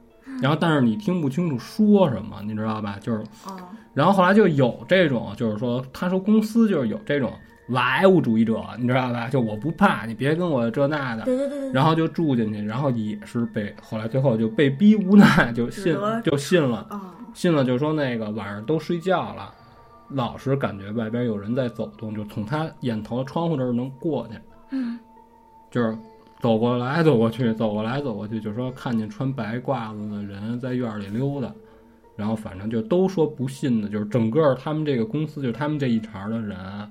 S1: 然后但是你听不清楚说什么，你知道吧？就是，
S2: 哦，
S1: 然后后来就有这种，就是说他说公司就是有这种莱芜主义者，你知道吧？就我不怕，你别跟我这那的。
S2: 对对对对，
S1: 然后就住进去，然后也是被后来最后就被逼无奈就
S2: 只
S1: 信
S2: 得
S1: 就信了，
S2: 哦，
S1: 信了就说那个晚上都睡觉了，老是感觉外边有人在走动，就从他眼头窗户这儿能过去，
S4: 嗯，
S1: 就是走过来走过去，走过来走过去，就说看见穿白褂子的人在院里溜达，然后反正就都说不信的，就是整个他们这个公司，就他们这一茬的人啊，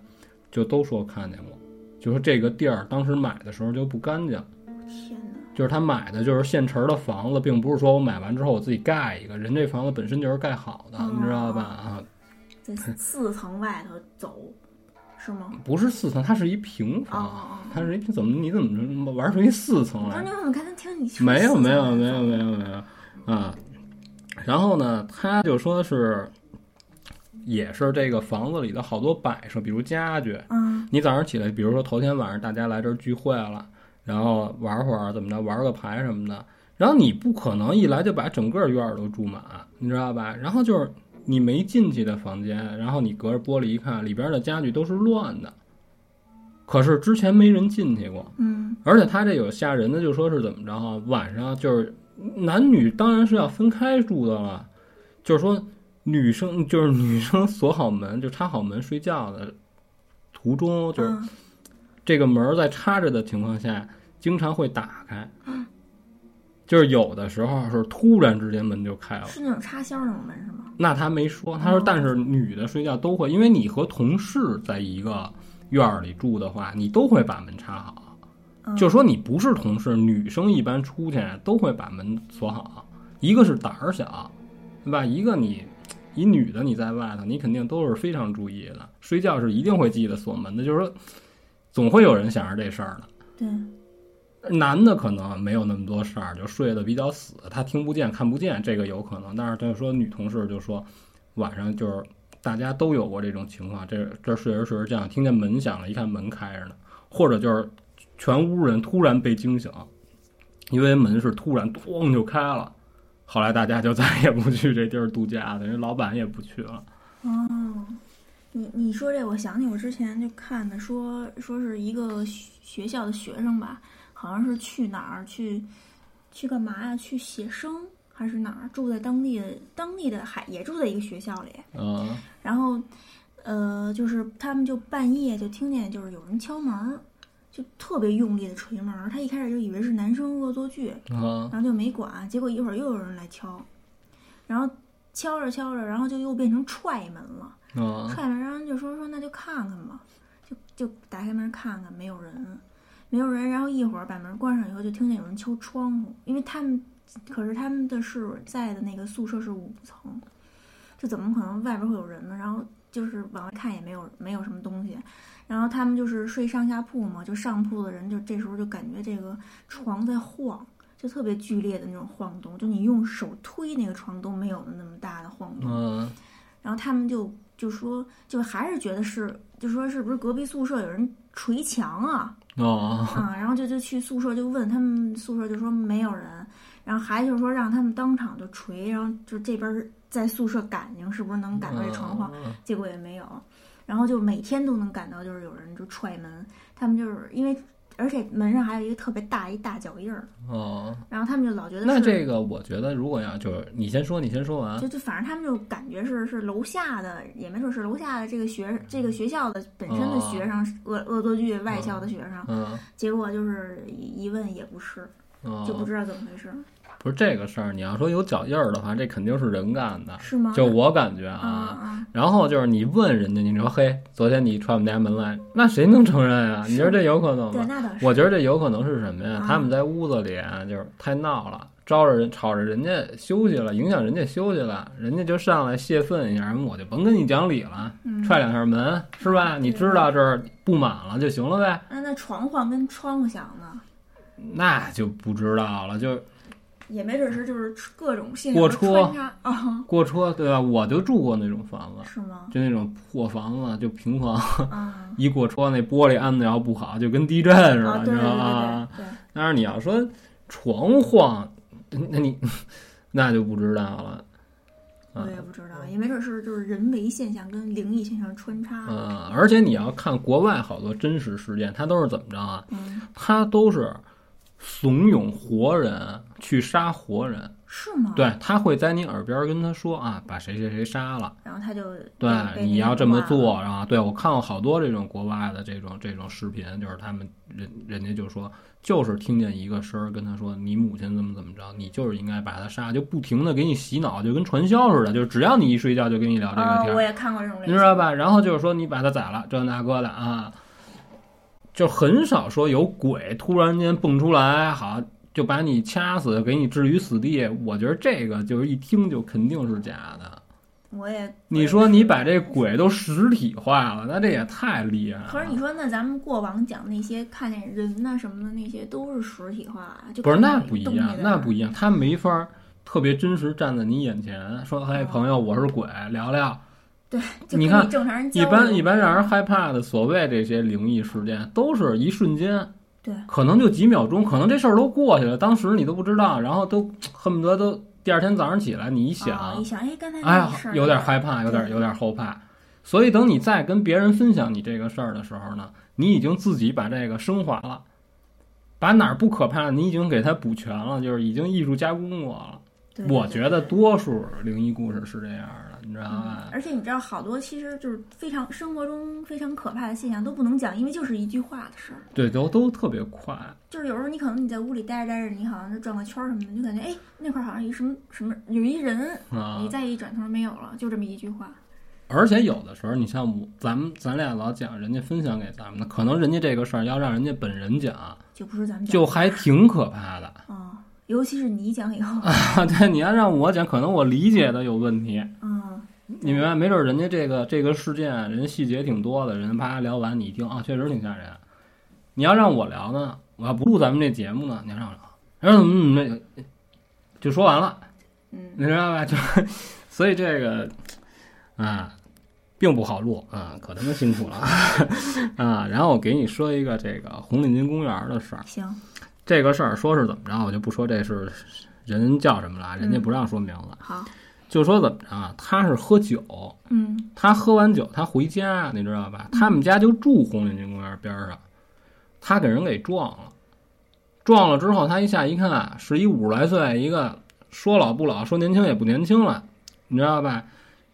S1: 就都说看见过，就说这个地儿当时买的时候就不干净。
S2: 天哪，
S1: 就是他买的就是现成的房子，并不是说我买完之后我自己盖一个，人这房子本身就是盖好的，
S2: 哦
S1: 你知道吧？啊，
S2: 在四层外头走，是吗？
S1: 不是四层，它是一平
S2: 哦
S1: 房，
S2: 哦
S1: 它是一怎么你怎么玩出一四层
S2: 哦，我说
S1: 来
S2: 你？怎么刚才听你说
S1: 嗯没有
S2: 四层
S1: 没有
S2: 外
S1: 没有
S2: 头
S1: 没有没有啊！然后呢，他就说是，也是这个房子里的好多摆设，比如家具，
S2: 嗯
S1: 你早上起来，比如说头天晚上大家来这儿聚会了，然后玩会儿怎么着，玩个牌什么的，然后你不可能一来就把整个院儿都住满，你知道吧？然后就是你没进去的房间，然后你隔着玻璃一看，里边的家具都是乱的，可是之前没人进去过，
S2: 嗯，
S1: 而且他这有吓人的，就说是怎么着啊？晚上就是男女当然是要分开住的了，就是说女生就是女生锁好门，就插好门睡觉的途中，就是
S2: 嗯
S1: 这个门儿在插着的情况下，经常会打开，就是有的时候是突然之间门就开了。
S2: 是那种插销那种门是吗？
S1: 那他没说，他说
S2: 哦
S1: 但是女的睡觉都会，因为你和同事在一个院儿里住的话，你都会把门插好。
S2: 嗯
S1: 就说你不是同事，女生一般出去都会把门锁好，一个是胆儿小，对吧？一个你，一女的你在外头，你肯定都是非常注意的，睡觉是一定会记得锁门的，就是说，总会有人想着这事儿的。
S2: 对，
S1: 男的可能没有那么多事儿，就睡得比较死，他听不见看不见，这个有可能。但是他说女同事就说，晚上就是大家都有过这种情况，这这睡着睡着觉，听见门响了，一看门开着呢，或者就是全屋人突然被惊醒，因为门是突然咣就开了。后来大家就再也不去这地儿度假了，人老板也不去了。
S2: 哦，你你说这，我想起我之前就看的说，说是一个学学校的学生吧，好像是去哪儿去去干嘛呀？去写生还是哪儿？住在当地的当地的还也住在一个学校里，
S1: 嗯
S2: 然后呃，就是他们就半夜就听见就是有人敲门儿，就特别用力的捶门儿。他一开始就以为是男生恶作剧，
S1: 啊，
S2: 然后就没管，结果一会儿又有人来敲，然后敲着敲着，然后就又变成踹门了，
S1: 啊
S2: 踹门，然后就说说那就看看吧，就就打开门看看，没有人，没有人，然后一会儿把门关上以后，就听见有人敲窗户，因为他们可是他们的是在的那个宿舍是五层，就怎么可能外边会有人呢？然后就是往外看也没有没有什么东西，然后他们就是睡上下铺嘛，就上铺的人就这时候就感觉这个床在晃，就特别剧烈的那种晃动，就你用手推那个床都没有那么大的晃动。
S1: 嗯
S2: 然后他们就就说，就还是觉得是，就说是不是隔壁宿舍有人捶墙啊？
S1: 哦
S2: 啊，然后就就去宿舍就问他们宿舍就说没有人，然后还就是说让他们当场就捶，然后就这边儿在宿舍感应是不是能感
S1: 嗯
S2: 到这床晃，结果也没有，然后就每天都能感到就是有人就踹门，他们就是因为而且门上还有一个特别大一大脚印儿，
S1: 哦。
S2: 然后他们就老觉得
S1: 那
S2: 是
S1: 这个我觉得，如果要就是你先说，你先说完
S2: 就。就反正他们就感觉是是楼下的，也没准是楼下的这个学这个学校的本身的
S1: 哦
S2: 学生恶恶作剧外校的学生，
S1: 嗯
S2: 结果就是一一问也不是，
S1: 嗯，
S2: 就不知道怎么回事，
S1: 不是这个事儿，你要说有脚印儿的话，这肯定是人干的，
S2: 是吗？
S1: 就我感觉
S2: 啊
S1: 啊。
S2: 啊，
S1: 然后就是你问人家，你说嘿，昨天你踹我们家门来，那谁能承认啊？
S2: 是
S1: 你说这有可能
S2: 对，
S1: 吗？
S2: 那倒是，
S1: 我觉得这有可能是什么呀
S2: 啊？
S1: 他们在屋子里啊，就是太闹了，招着人吵着人家休息了，影响人家休息了，人家就上来泄愤一下，我就甭跟你讲理了，
S2: 嗯
S1: 踹两下门是吧？你知道这儿不满了就行了呗。
S2: 那那床晃跟窗户响呢？
S1: 那就不知道了，就
S2: 也没准是就是各种信
S1: 过
S2: 仰
S1: 车
S2: 穿插啊，
S1: 过车对吧？我就住过那种房子，
S2: 是
S1: <laughs>
S2: 吗？
S1: 就那种破房子，就平房，
S2: 啊
S1: 一过车那玻璃安的要不好，就跟地震似的，
S2: 啊，
S1: 你
S2: 对
S1: 知
S2: 对
S1: 道
S2: 对
S1: 吗？
S2: 对对，
S1: 但是你要说床晃，那你 <laughs> 那就不知道了。啊
S2: 我也不知道，也没准是就是人为现象跟灵异现象穿插。
S1: 嗯，而且你要看国外好多真实事件，它都是怎么着啊？
S2: 嗯，
S1: 它都是怂恿活人去杀活人，
S2: 是吗？。
S1: 对他会在你耳边跟他说啊，把谁谁谁杀了，
S2: 然后他就
S1: 对
S2: 被，被
S1: 你
S2: 嗯那
S1: 要
S2: 个
S1: 这么
S2: 挂了
S1: 做，然后对我看过好多这种国外的这种这种视频，就是他们人人家就说，就是听见一个声儿跟他说你母亲怎么怎么着，你就是应该把他杀，就不停的给你洗脑，就跟传销似的，就是只要你一睡觉就跟你聊这个
S2: 啊
S1: 天，儿。
S2: 我也看过这种类
S1: 你
S2: 型
S1: 知，道吧？然后就是说你把它宰了，这那个的啊，就很少说有鬼突然间蹦出来，好就把你掐死，给你置于死地。我觉得这个就是一听就肯定是假的。
S2: 我也
S1: 你说你把这鬼啊都实体化了，那这也太厉害了。
S2: 可是你说，那咱们过往讲那些看见人呐、什么的那些，都是实体化啊，就
S1: 不是
S2: 看到
S1: 那
S2: 有
S1: 不一
S2: 东西
S1: 样，
S2: 在
S1: 那
S2: 儿
S1: 不一样，他没法儿特别真实站在你眼前说：“嘿，
S2: 哦
S1: 朋友，我是鬼，聊聊。”
S2: 就
S1: 你
S2: 跟
S1: 看
S2: 正常人交
S1: 一般
S2: 流
S1: 一般让人害怕的所谓这些灵异事件，都是一瞬间，
S2: 对，
S1: 可能就几秒钟，可能这事儿都过去了，当时你都不知道，然后都恨不得都第二天早上起来，你一
S2: 啊
S1: 想
S2: 一，想，哎，刚才
S1: 哎
S2: 那
S1: 呀
S2: 个事，儿
S1: 有点害怕，有点
S2: 对
S1: 有点后怕。所以等你再跟别人分享你这个事儿的时候呢，你已经自己把这个升华了，把哪儿不可怕，你已经给它补全了，就是已经艺术加工过了。
S2: 对
S1: 我
S2: 对对
S1: 觉得啊
S2: 对
S1: 多数灵异故事是这样的，你知道吧
S2: 嗯？而且你知道，好多其实就是非常生活中非常可怕的现象都不能讲，因为就是一句话的事儿。
S1: 对，都都特别快。
S2: 就是有时候你可能你在屋里待着待着，你好像是转个圈儿什么的，你就感觉哎那块儿好像一什么什么有一人，
S1: 啊，
S2: 你再一转头没有了，就这么一句话。
S1: 而且有的时候，你像我，咱们咱俩老讲人家分享给咱们的，可能人家这个事儿要让人家本人讲，
S2: 就不是咱们讲
S1: 就还挺可怕的。 <laughs>
S2: 啊、尤其是你讲以后，
S1: 对，你要让我讲，可能我理解的有问题，
S2: 嗯，
S1: 你明白？没准儿人家这个这个事件，人家细节挺多的，人家啪聊完，你一听啊，确实挺吓人。你要让我聊呢，我要不录咱们这节目呢，你要让我聊，然后怎么怎么着就说完了，
S2: 嗯，
S1: 你知道吧？就所以这个啊，并不好录啊，可他妈辛苦了 <laughs> 啊！然后我给你说一个这个红领巾公园的事儿，
S2: 行，
S1: 这个事儿说是怎么着，我就不说这是人叫什么了，人家不让说名字，
S2: 好，
S1: 就说怎么着啊，他是喝酒，
S2: 嗯，
S1: 他喝完酒他回家，你知道吧？他们家就住红领巾公园边儿上，他给人给撞了，撞了之后他一下一看，是一五十来岁一个说老不老，说年轻也不年轻了，你知道吧？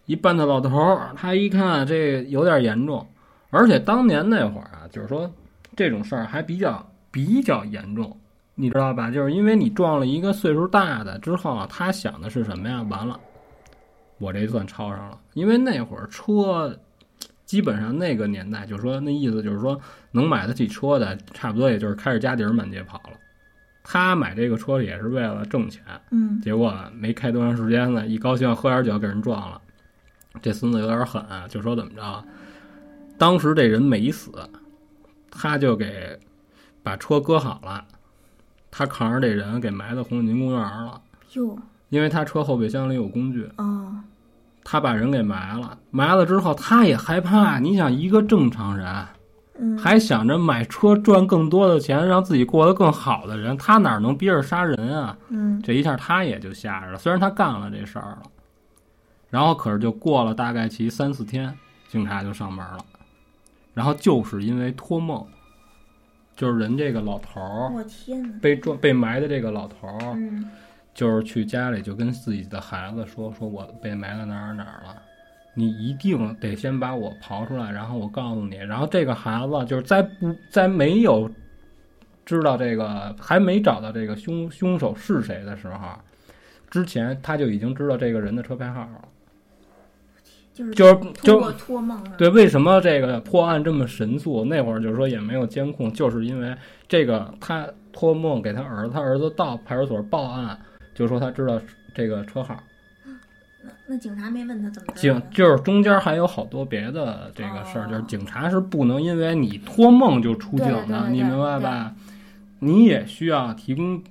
S1: 一半大老头儿，他一看这有点严重，而且当年那会儿啊，就是说这种事儿还比较比较严重，你知道吧？就是因为你撞了一个岁数大的之后啊，他想的是什么呀？完了，我这算抄上了，因为那会儿车。基本上那个年代，就是说那意思就是说，能买得起车的，差不多也就是开着家底儿满街跑了。他买这个车也是为了挣钱，
S2: 嗯，
S1: 结果没开多长时间呢，一高兴喝点酒给人撞了，这孙子有点狠、啊就说怎么着，当时这人没死，他就给把车搁好了，他扛着这人给埋到红领巾公园了，
S2: 哟，
S1: 因为他车后备箱里有工具，
S2: 哦，
S1: 他把人给埋了，埋了之后他也害怕，你想一个正常人。
S2: 嗯，
S1: 还想着买车赚更多的钱，让自己过得更好的人，他哪能憋着杀人啊？
S2: 嗯，
S1: 这一下他也就吓着了。虽然他干了这事儿了，然后可是就过了大概其三四天，警察就上门了。然后就是因为托梦，就是人这个老头儿
S2: 我天哪，
S1: 被撞被埋的这个老头儿，
S2: 嗯，
S1: 就是去家里就跟自己的孩子说，说我被埋在哪儿哪儿了。你一定得先把我刨出来，然后我告诉你。然后这个孩子就是在不在没有知道这个还没找到这个凶凶手是谁的时候，之前他就已经知道这个人的车牌号了。
S2: 就是
S1: 就是
S2: 通
S1: 就
S2: 过托梦啊是吧？
S1: 对，为什么这个破案这么神速？那会儿就是说也没有监控，就是因为这个他托梦给他儿子，他儿子到派出所报案，就说他知道这个车号。
S2: 那警察没问他怎么着
S1: 警
S2: 呢，
S1: 就是中间还有好多别的这个事儿，
S2: 哦
S1: 就是警察是不能因为你托梦就出警
S2: 对对
S1: 的，
S2: 对
S1: 你
S2: 对
S1: 明白吧？你也需要提供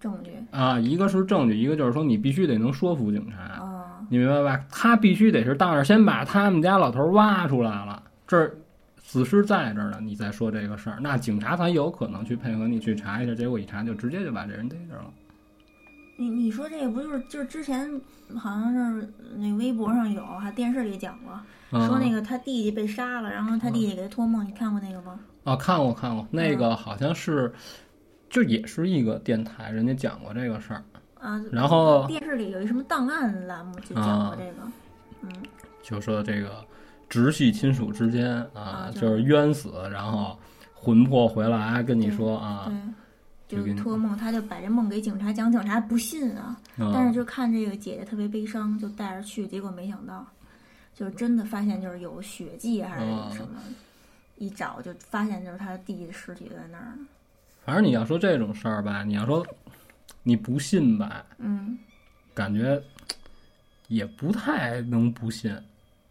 S4: 证据
S1: 啊，一个是证据，一个就是说你必须得能说服警察，
S4: 啊，
S1: 你明白吧？他必须得是到那儿先把他们家老头挖出来了，这儿死尸在这儿呢，你再说这个事儿，那警察才有可能去配合你去查一下。结果一查就直接就把这人逮着了。
S2: 你你说这个不就是就是之前好像是那微博上有，还电视里讲过，
S1: 嗯、
S2: 说那个他弟弟被杀了，然后他弟弟给他托梦，你看过那个吗？
S1: 啊，看过看过，
S2: 嗯
S1: 那个好像是，就也是一个电台，人家讲过这个事儿，
S2: 啊，
S1: 然后啊
S2: 电视里有一什么档案栏目就讲过这个，嗯，
S1: 就说这个直系亲属之间啊
S2: 啊，对
S1: 就是冤死，然后魂魄回来跟你说啊，
S2: 对，
S1: 就给
S2: 就
S1: 你
S2: 托梦，他就把这梦给警察讲，警察不信啊，但是
S1: 嗯，
S2: 就看这个姐姐特别悲伤，就带着去，结果没想到，就是真的发现就是有血迹啊还是
S1: 嗯
S2: 有什么，一找就发现就是他弟弟的尸体在那儿呢，
S1: 反正你要说这种事儿吧，你要说你不信吧，
S2: 嗯，
S1: 感觉也不太能不信，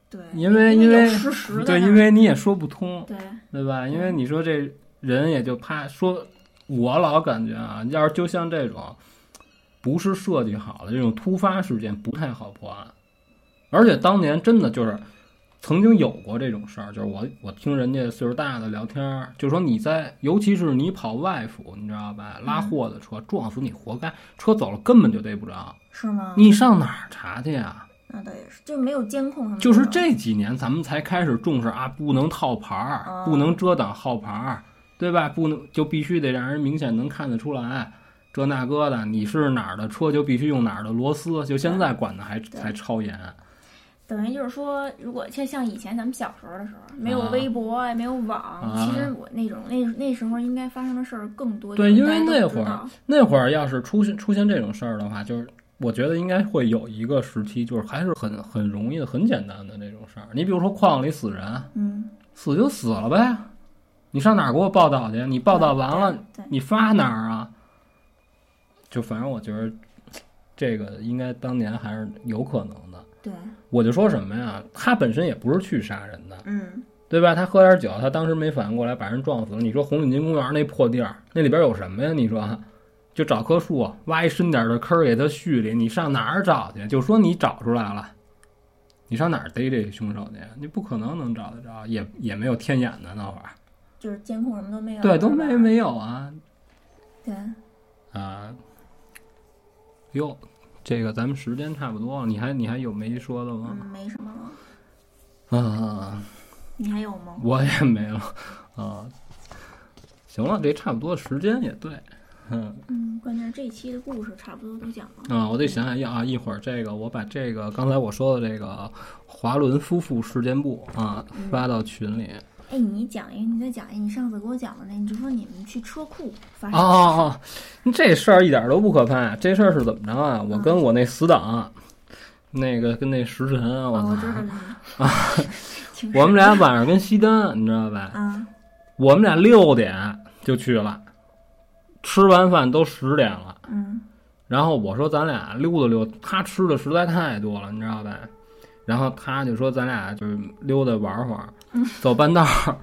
S2: 对，
S1: 因为
S2: 因
S1: 为
S2: 嗯有事实的，
S1: 对，因为你也说不通，
S2: 对，
S1: 对吧？因为你说这人也就怕说，我老感觉啊，要是就像这种不是设计好的这种突发事件，不太好破案。而且当年真的就是曾经有过这种事儿，就是我我听人家岁数大的聊天儿，就说你在，尤其是你跑外府，你知道吧？拉货的车撞死你活该，车走了根本就逮不着，
S2: 是吗？
S1: 你上哪儿查去啊呀、
S2: 那倒也是，就没有监控什么的，
S1: 就是这几年咱们才开始重视啊，不能套牌儿，
S2: 哦
S1: 不能遮挡号牌儿，对吧？不能就必须得让人明显能看得出来，这那个的，你是哪儿的车就必须用哪儿的螺丝，就现在管的还才超严。
S2: 等于就是说，如果像像以前咱们小时候的时候，没有
S1: 啊
S2: 微博也没有网，
S1: 啊
S2: 其实我那种那那时候应该发生的事儿更多。
S1: 对
S2: 就是大家
S1: 因为那
S2: 都
S1: 会儿
S2: 知道
S1: 那会儿要是出现出现这种事儿的话，就是我觉得应该会有一个时期，就是还是很很容易的、很简单的那种事儿。你比如说矿里死人，
S2: 嗯，
S1: 死就死了呗，你上哪儿给我报道去？你报道完了，
S2: 对，对
S1: 你发哪儿啊？就反正我觉得这个应该当年还是有可能的。
S2: 对，
S1: 我就说什么呀，他本身也不是去杀人的，
S2: 嗯，
S1: 对吧？他喝点酒，他当时没反应过来，把人撞死了。你说红领巾公园那破地儿，那里边有什么呀？你说，就找棵树挖一深点的坑儿给他续里，你上哪儿找去？就说你找出来了，你上哪儿逮这凶手去？你不可能能找得着，也也没有天眼的那会儿，
S2: 就是监控什么都没有，
S1: 对，都
S2: 是吧
S1: 没没有啊，
S2: 对，嗯
S1: 啊，哟，这个咱们时间差不多了，你还你还有没说的
S2: 嗯，
S1: 吗？
S2: 没什么了。
S1: 啊，
S2: 你还有吗？
S1: 我也没了啊。行了，这差不多，时间也对。嗯
S2: 嗯，关键是这期的故事差不多都讲了。
S1: 啊，我得想想要啊，一会儿这个我把这个刚才我说的这个华伦夫妇事件簿啊发到群里。
S2: 哎，你讲一个，你再讲一个，你上次给我讲的那，你就说你们去车库发
S1: 哦
S2: 生，
S1: 哦哦，这事儿一点都不可怕。这事儿是怎么着啊？我跟我那死党，那个跟那石晨，我
S2: 哦，我
S1: 操
S2: 知道了啊， <laughs> 挺
S1: 我们俩晚上跟西单，你知道吧？
S2: 啊，
S1: 我们俩六点就去了，吃完饭都十点了。
S2: 嗯
S1: 然后我说咱俩溜达溜达，他吃的实在太多了，你知道吧？然后他就说咱俩就是溜达玩会儿，走半道儿，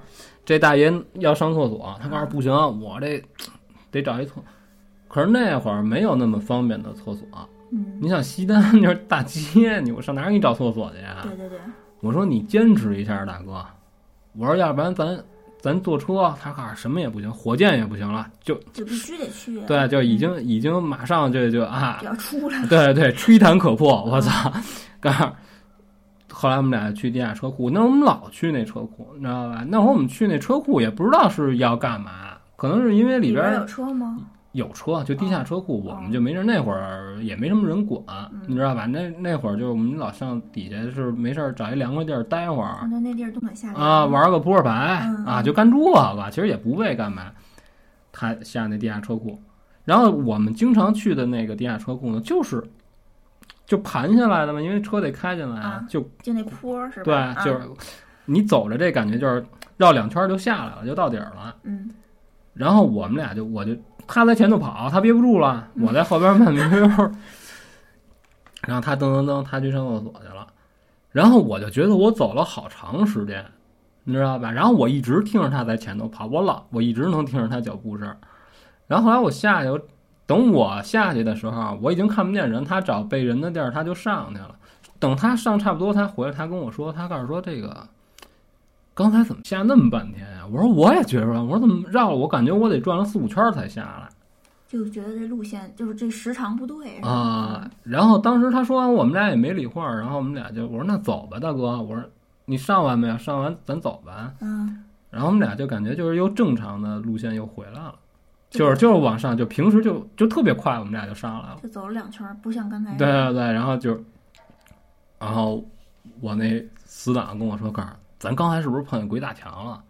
S1: 这大爷要上厕所，他告诉不行，我这得找一厕。可是那会儿没有那么方便的厕所，
S2: 嗯，
S1: 你想西单就是大街，你我上哪儿给你找厕所去呀、啊
S2: 对对对，
S1: 我说你坚持一下，大哥。我说要不然咱咱坐车，他告诉什么也不行，火箭也不行了，就
S2: 就必须得去，
S1: 对，就已经已经马上就就啊，
S2: 要出来。
S1: 对对，吹弹可破，我操！告诉，后来我们俩去地下车库，那我们老去那车库，你知道吧？那会儿我们去那车库也不知道是要干嘛，可能是因为里
S2: 里
S1: 边
S2: 边有
S1: 儿
S2: 车吗？
S1: 有车，就地下车库，我们就没人。那会儿也没什么人管，你知道吧？那那会儿就是我们老上底下是没事儿找一凉快地儿待会儿，
S2: 啊，对，那地儿都很吓人
S1: 啊，玩个扑克牌、
S2: 嗯
S1: 啊，就干这个，其实也不为干嘛。他下那地下车库，然后我们经常去的那个地下车库呢，就是就盘下来的嘛，因为车得开进来，
S2: 啊
S1: 就
S2: 就那坡儿是
S1: 对，
S2: 吧？啊
S1: 就是你走着这感觉就是绕两圈就下来了，就到底儿了。
S2: 嗯，
S1: 然后我们俩就我就他在前头跑，他憋不住了，我在后边慢悠悠。 <laughs> 然后他噔噔噔，他去上厕所去了。然后我就觉得我走了好长时间，你知道吧？然后我一直听着他在前头跑，我老我一直能听着他脚步声。然后后来我下去，我等我下去的时候，我已经看不见人，他找被人的地儿，他就上去了。等他上差不多，他回来，他跟我说，他告诉说这个，刚才怎么下那么半天啊呀、我说我也觉着，我说怎么绕了？我感觉我得转了四五圈儿才下来。
S2: 就觉得这路线就是这时长不对是吧
S1: 啊，然后当时他说完，我们俩也没理会儿，然后我们俩就我说那走吧，大哥，我说你上完没有？上完咱走吧。
S2: 嗯，
S1: 然后我们俩就感觉就是又正常的路线又回来了，
S2: 对
S1: 就是就是往上，就平时就就特别快，我们俩就上来了。
S2: 就走了两圈儿，不像刚才
S1: 对对对，然后就，然后我那死党跟我说：“哥儿，咱刚才是不是碰见鬼打墙了？”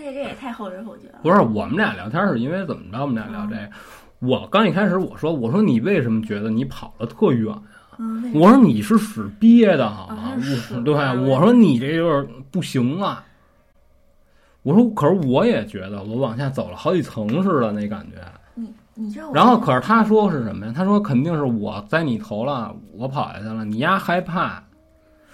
S2: 他这也太后知后觉了。
S1: 不是，我们俩聊天是因为怎么着？我们俩聊这个，我刚一开始我说我说你为什么觉得你跑了特远？
S2: 嗯，为什么
S1: 我说你是屎憋的好吗
S2: 啊？是屎
S1: 我对，我说你这就是不行了。我说，可是我也觉得我往下走了好几层似的那感觉。
S2: 你你知道我
S1: 然后
S2: 那
S1: 可是他说是什么呀？他说肯定是我在你头了，我跑下去了，你丫害怕。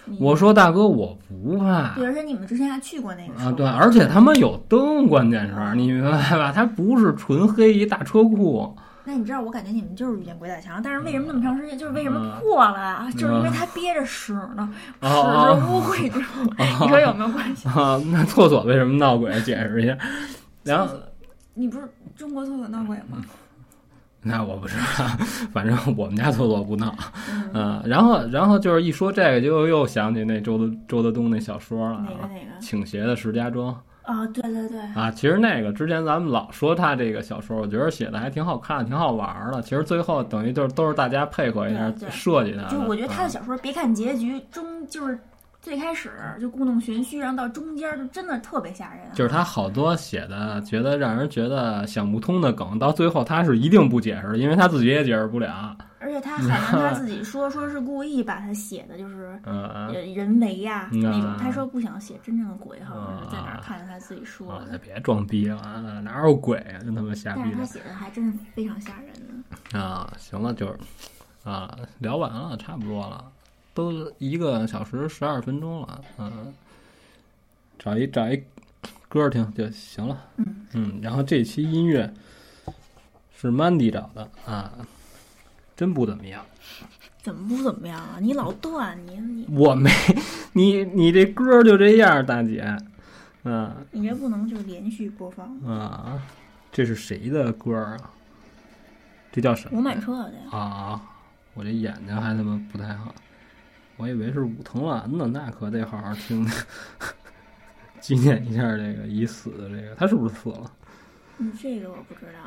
S2: 你
S1: 我说大哥，我不怕
S2: 对，而且你们之前还去过那个
S1: 啊，
S2: 山
S1: 对，而且他妈有灯，关键是你明白吧？他不是纯黑一大车库，
S2: 那你知道，我感觉你们就是遇见鬼打墙，但是为什么那么长时间？就是为什
S1: 嗯
S2: 么破了啊？就是因为他憋着屎呢，
S1: 啊
S2: 屎
S1: 啊
S2: 是污秽之物。
S1: 哦
S2: 你说有没有关系？
S1: <laughs> 啊，那厕所为什么闹鬼？啊解释
S2: <laughs>
S1: 一下。然后
S2: 你不是中国厕所闹鬼吗？
S1: 那我不知道， <laughs> 反正我们家厕所不闹。
S2: 嗯，
S1: 嗯，然后然后就是一说这个，就又想起那周德周德东那小说了
S2: 哪个
S1: 啊，
S2: 哪
S1: 《
S2: 个
S1: 倾斜的石家庄》。
S2: 啊？对对对，
S1: 啊，其实那个之前咱们老说他这个小说，我觉得写的还挺好看，挺好玩儿的。其实最后等于就是都是大家配合一下
S2: 对对
S1: 设计的。
S2: 就我觉得他
S1: 啊
S2: 的小说，别看结局中就是最开始就故弄玄虚，然后到中间就真的特别吓人。啊
S1: 就是他好多写的，觉得让人觉得想不通的梗，到最后他是一定不解释的，因为他自己也解释不了。
S2: 而
S1: <laughs>
S2: 且他海南他自己说说是故意把他写的就是
S1: 嗯、
S2: 呃人为呀
S1: 嗯
S2: 那种
S1: 啊，
S2: 他说不想写真正的鬼，好像是在哪
S1: 啊
S2: 儿看见他自己说
S1: 啊，
S2: <laughs> 的
S1: 就。别装逼了，啊哪有鬼啊，真他妈瞎
S2: 但
S1: 逼
S2: 是他写的还真是非常吓人的。
S1: 的啊！行了，就是啊，聊完了，差不多了，都一个小时十二分钟了，嗯、找一找一歌儿听就行了。
S2: 嗯
S1: 嗯，然后这期音乐是 Mandy 找的啊，真不怎么样。
S2: 怎么不怎么样啊？你老断，你你
S1: 我没，你你这歌就这样，大姐，啊
S2: 你这不能就是连续播放。
S1: 啊，这是谁的歌啊？这叫什么？
S2: 吴满车的呀，
S1: 啊，我这眼睛还他妈不太好，我以为是武藤兰呢，那可得好好听 <laughs> 听，纪念一下这个已死的这个，他是不是死了？
S2: 嗯，这个我不知道。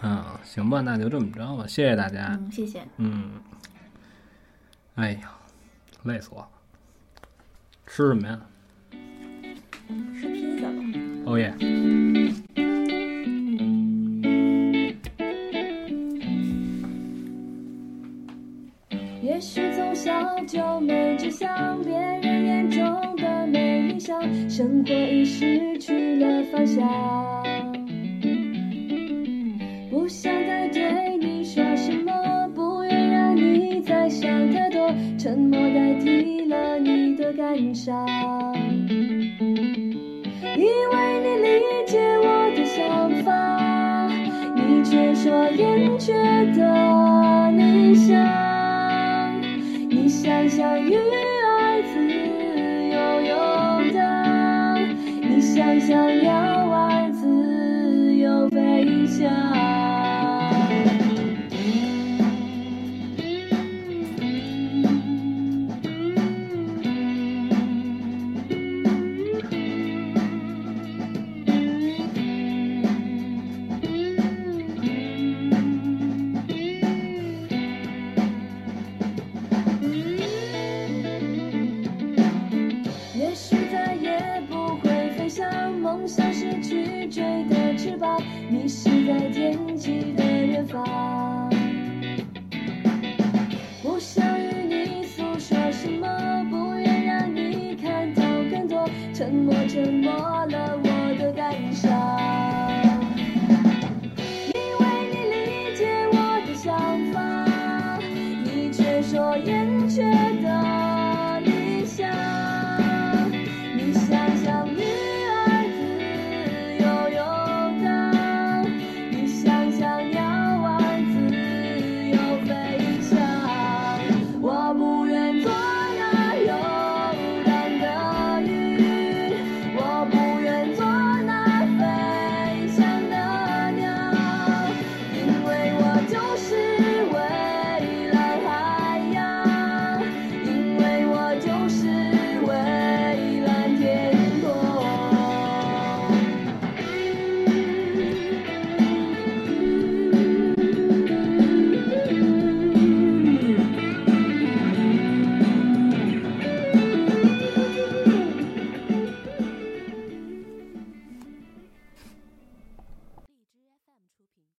S1: 啊，行吧，那就这么着吧，谢谢大家，
S2: 嗯，谢谢。
S1: 嗯，哎呀，累死我了，吃什么呀？
S2: 吃披萨吧。
S1: 哦耶！
S5: 也许从小就没志向，别人眼中的没理想，生活已失去了方向。不想再对你说什么，不愿让你再想太多，沉默代替了你的感伤。以为你理解我的想法，你却说厌倦的理想。你想象鱼儿自由游荡，你想象鸟儿自由飞翔。也许再也不会飞翔，梦想是去追的翅膀，迷失在天际的远方。不想与你诉说什么，不愿让你看到更多，沉默沉默了我的感伤。以为你理解我的想法，你却说厌倦